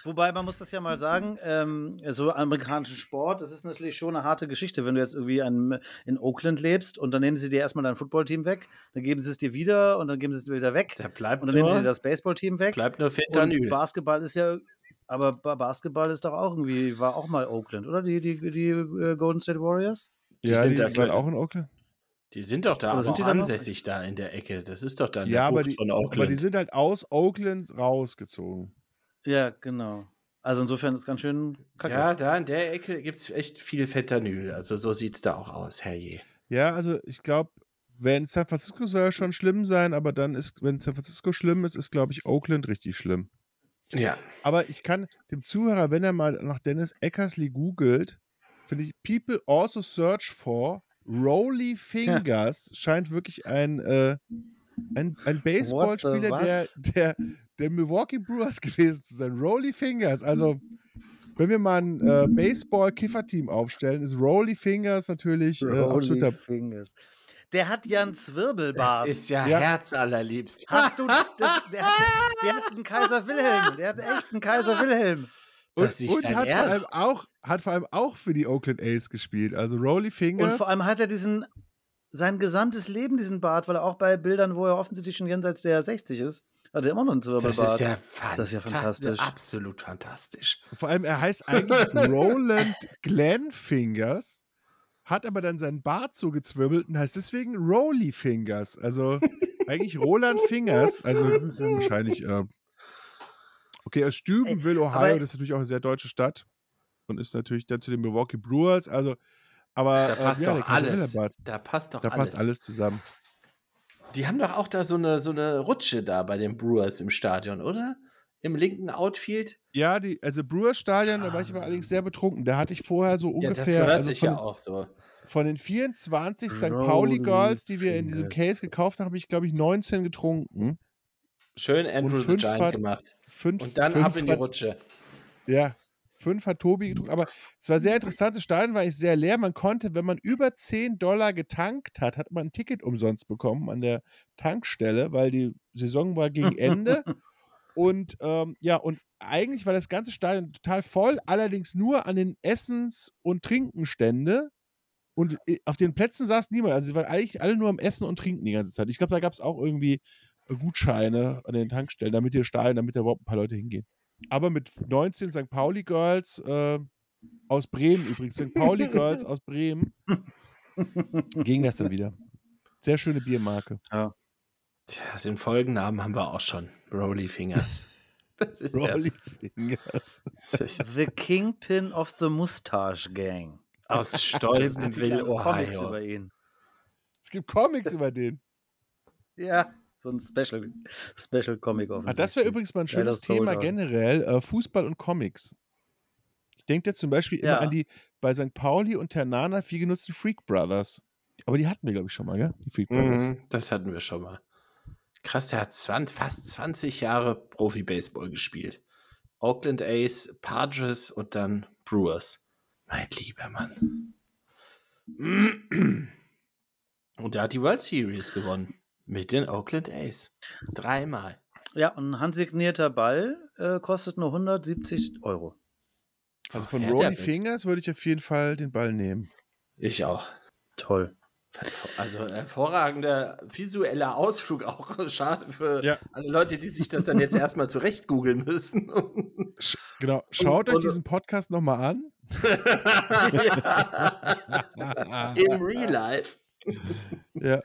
Wobei man muss das ja mal sagen, ähm, so amerikanischen Sport, das ist natürlich schon eine harte Geschichte, wenn du jetzt irgendwie an, in Oakland lebst und dann nehmen sie dir erstmal dein Footballteam weg, dann geben sie es dir wieder und dann geben sie es dir wieder weg
Der bleibt
und dann nehmen sie dir
nur,
das Baseballteam weg.
bleibt nur
Und
Fentanyl.
Basketball ist ja, aber Ba- Basketball ist doch auch irgendwie, war auch mal Oakland, oder? Die, die, die äh, Golden State Warriors?
Die
ja,
sind
die
da
waren
klein.
auch in Oakland.
Die sind doch da,
Oder
aber
sind die
auch
da noch?
ansässig da in der Ecke. Das ist doch dann
Ja,
der
aber
Bucht
die,
von
aber die
Auckland.
sind halt aus Oakland rausgezogen.
Ja, genau. Also insofern ist ganz schön kacke.
Ja, da in der Ecke gibt es echt viel Fentanyl. Also so sieht es da auch aus, herrje.
Ja, also ich glaube, wenn San Francisco soll ja schon schlimm sein, aber dann ist, wenn San Francisco schlimm ist, ist, glaube ich, Oakland richtig schlimm.
Ja.
Aber ich kann dem Zuhörer, wenn er mal nach Dennis Eckersley googelt, finde ich, People also search for Rolly Fingers scheint wirklich ein, äh, ein, ein Baseballspieler der,
was?
der, der Milwaukee Brewers gewesen zu sein. Rolly Fingers. Also, wenn wir mal ein äh, Baseball-Kiffer-Team aufstellen, ist Rolly Fingers natürlich äh, absoluter.
Fingers. Der hat ja einen
Das
Zwirbelbart.
ist ja,
Ja.
herzallerliebst.
Hast du das, der, hat, der hat einen Kaiser Wilhelm. Der hat echt einen Kaiser Wilhelm.
Das
Und,
ist
und
dein
hat, vor allem
Ernst?
auch, hat vor allem auch für die Oakland A's gespielt. Also Rolly
Und
Fingers.
vor allem hat er diesen sein gesamtes Leben diesen Bart, weil er auch bei Bildern, wo er offensichtlich schon jenseits der 60 ist, hat er immer noch einen
Das
Zwirbelbart.
ist ja fantastisch.
Das ist ja fantastisch.
Absolut fantastisch.
Vor allem, er heißt eigentlich Roland Glenfingers, hat aber dann seinen Bart so gezwirbelt und heißt deswegen Rolly Fingers. Also eigentlich Roland Fingers. Also
Wahnsinn.
wahrscheinlich. Äh, okay, aus Steubenville,
aber-
Ohio, das ist natürlich auch eine sehr deutsche Stadt. Und ist natürlich dann zu den Milwaukee Brewers. Also, aber
Da passt
äh, ja, der
doch
Kaiser
alles.
Wilhelmbad,
Da passt doch
Da
alles.
passt alles zusammen.
Die haben doch auch da so eine, so eine Rutsche da bei den Brewers im Stadion, oder? Im linken Outfield.
Ja, die, also Brewers Stadion, da war ich aber
Wahnsinn.
allerdings sehr betrunken. Da hatte ich vorher so ungefähr.
ja, das gehört
also
sich
von,
ja auch so.
Von den 24 St.
Rolling
Pauli Girls, die wir in diesem
Fingers.
Case gekauft haben, habe ich, glaube ich, 19 getrunken.
Schön Andrew the
fünf
Giant
hat-
gemacht.
Fünf,
Und dann
fünf
ab in die
hat,
Rutsche.
Ja, fünf hat Tobi getrunken. Aber es war sehr interessant. Das Stadion war ich sehr leer. Man konnte, wenn man über 10 Dollar getankt hat, hat man ein Ticket umsonst bekommen an der Tankstelle, weil die Saison war gegen Ende. und ähm, ja, und eigentlich war das ganze Stadion total voll, allerdings nur an den Essens- und Trinkenstände. Und äh, auf den Plätzen saß niemand. Also sie waren eigentlich alle nur am Essen und Trinken die ganze Zeit. Ich glaube, da gab es auch irgendwie Gutscheine an den Tankstellen, damit ihr Stadion, damit da überhaupt ein paar Leute hingehen. Aber mit 19 St. Pauli Girls äh, aus Bremen übrigens, St. Pauli Girls aus Bremen, ging das dann wieder. Sehr schöne Biermarke.
Tja, den Folgennamen haben wir auch schon. Rolly Fingers. Das ist ja-
Rolly Fingers.
The Kingpin of the Mustache Gang.
aus
Das ist der
Stolzenville,
Titel eines Comics über
Ohio.
ihn.
Es gibt Comics über den.
Ja, so ein Special, Special Comic auf
Ah, das wäre übrigens mal ein
Geiler
schönes
Showdown.
Thema generell, äh, Fußball und Comics. Ich denke da zum Beispiel immer
Ja.
an die bei St. Pauli und Ternana viel genutzten Freak Brothers. Aber die hatten wir, glaube ich, schon mal, gell? Die Freak Brothers.
Mhm, das hatten wir schon mal. Krass, der hat 20, fast 20 Jahre Profi-Baseball gespielt. Oakland Ace, Padres und dann Brewers. Mein lieber Mann. Und er hat die World Series gewonnen. Mit den Oakland Ace. Dreimal.
Ja, und ein handsignierter Ball äh, kostet nur 170 Euro.
Also von
Woher
Rolly
der Weg?
Fingers würde ich auf jeden Fall den Ball nehmen.
Ich auch.
Toll.
Also hervorragender visueller Ausflug auch. Schade für
Ja.
alle Leute, die sich das dann jetzt erstmal zurecht googeln müssen.
Sch genau. Schaut euch
und-
diesen Podcast nochmal an.
Im Real Life.
Ja.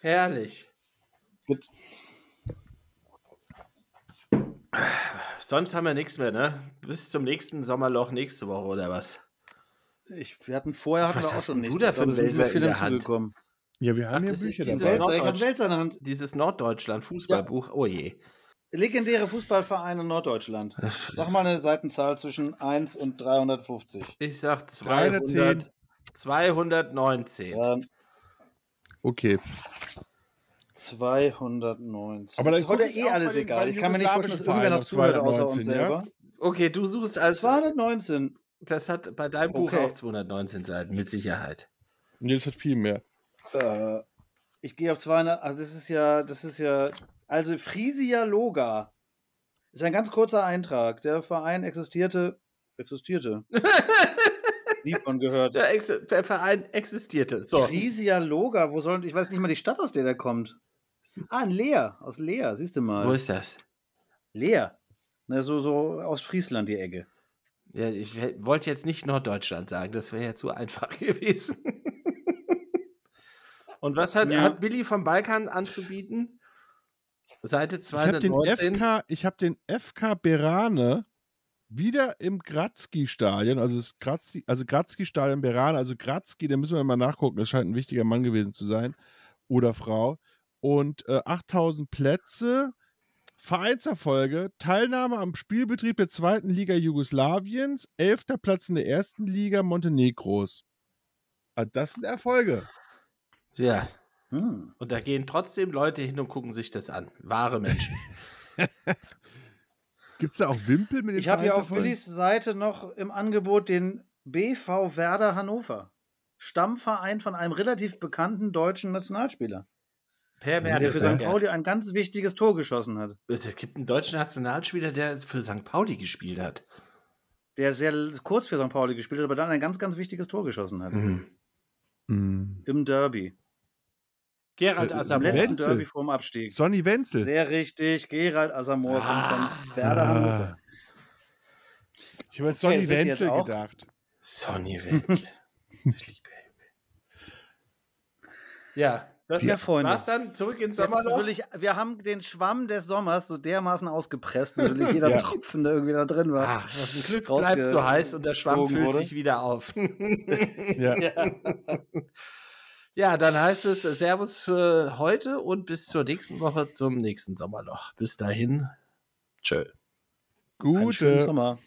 Herrlich.
Gut.
Sonst haben wir nichts mehr, ne? Bis zum nächsten Sommerloch nächste Woche oder was?
Ich, wir hatten vorher hatten
Was
wir auch
hast
so
denn du
nichts.
da
Ich
für
glaube, es sind
einen
so
Laser in
viele
der
hinzugekommen.
Ja, wir haben
Ach,
ja
das ist
Bücher
dieses
dabei.
Welt-
Wälzer, ich habe
Norddeutsch.
Wälzer in der Hand.
Dieses Norddeutschland-Fußballbuch, oh je.
Legendäre Fußballvereine Norddeutschland. Sag mal eine Seitenzahl zwischen 1 und 350.
Ich sag 200,
310.
219.
Dann
Okay.
290.
Aber dann
das ist heute
guck ich
eh
auch
alles
bei den
egal. Ich kann mir nicht
beiden
vorstellen, dass irgendwer noch
jugoslawischen
zuhört, außer uns
Vereinen auf
selber.
Okay, du suchst als.
219.
Das hat bei deinem Buch
Okay.
auch 219 Seiten, mit Sicherheit.
Nee, das hat viel mehr.
Äh, ich gehe auf 200. Also, das ist ja, das ist ja. Also, Frisia Loga ist ein ganz kurzer Eintrag. Der Verein existierte. Existierte. Nie von gehört.
Der, Ex der Verein existierte. So.
Frisia Loga, wo soll. Ich weiß nicht mal die Stadt, aus der der kommt. Ah, in Leer. Aus Leer, siehst du
Wo
mal.
ist das?
Leer. Na, so, so aus Friesland die Ecke.
Ja, ich w- wollte jetzt nicht Norddeutschland sagen, das wäre ja zu einfach gewesen. Und was hat,
Ja.
hat Billy vom Balkan anzubieten? Seite
Ich habe den
219.
FK, ich habe den FK Berane wieder im Gratzki-Stadion, also das Gratzki, also Gratzki-Stadion Berane, also Gratzki, da müssen wir mal nachgucken, das scheint ein wichtiger Mann gewesen zu sein oder Frau. Und äh, 8000 Plätze, Vereinserfolge, Teilnahme am Spielbetrieb der zweiten Liga Jugoslawiens, elfter Platz in der ersten Liga Montenegros. Ah, Das sind Erfolge.
Ja,
Hm.
und da gehen trotzdem Leute hin und gucken sich das an. Wahre Menschen.
Gibt es da auch Wimpel mit den
Ich habe ja auf
Vereinserfolgen?
Billis Seite noch im Angebot den BV Werder Hannover. Stammverein von einem relativ bekannten deutschen Nationalspieler,
Per
der für St.
Mertesacker.
Pauli ein ganz wichtiges Tor geschossen hat,
Es gibt einen deutschen Nationalspieler, der für St. Pauli gespielt hat.
der sehr l- kurz für St. Pauli gespielt hat, aber dann ein ganz, ganz wichtiges Tor geschossen hat.
Mhm.
Mm.
Im Derby.
Gerald
Äh,
Im
Asamoah.
letzten
Wenzel.
Derby vorm Abstieg.
Sonny Wenzel.
Sehr richtig, Gerald
Ah.
Asamoah kommt von Werder Hannover.
Ich habe jetzt
Okay,
Sonny
das wisst ihr jetzt
Wenzel
auch.
gedacht.
Sonny Wenzel. Liebe Himmel. ja, das
Ja, Freunde.
war's dann. Zurück ins
Jetzt
Sommerloch.
will ich, wir haben den Schwamm des Sommers so dermaßen ausgepresst, dass wirklich jeder
Ja. Ah,
Tropfen, der irgendwie da drin war.
Ach, was ein Glück.
Rausge-
Bleibt so heiß und der Schwamm
gezogen
füllt
wurde.
sich wieder auf.
Ja.
ja, dann heißt es äh, Servus für heute und bis zur nächsten Woche zum nächsten Sommerloch. Bis dahin. Tschö.
Einen schönen
Gute.
Sommer.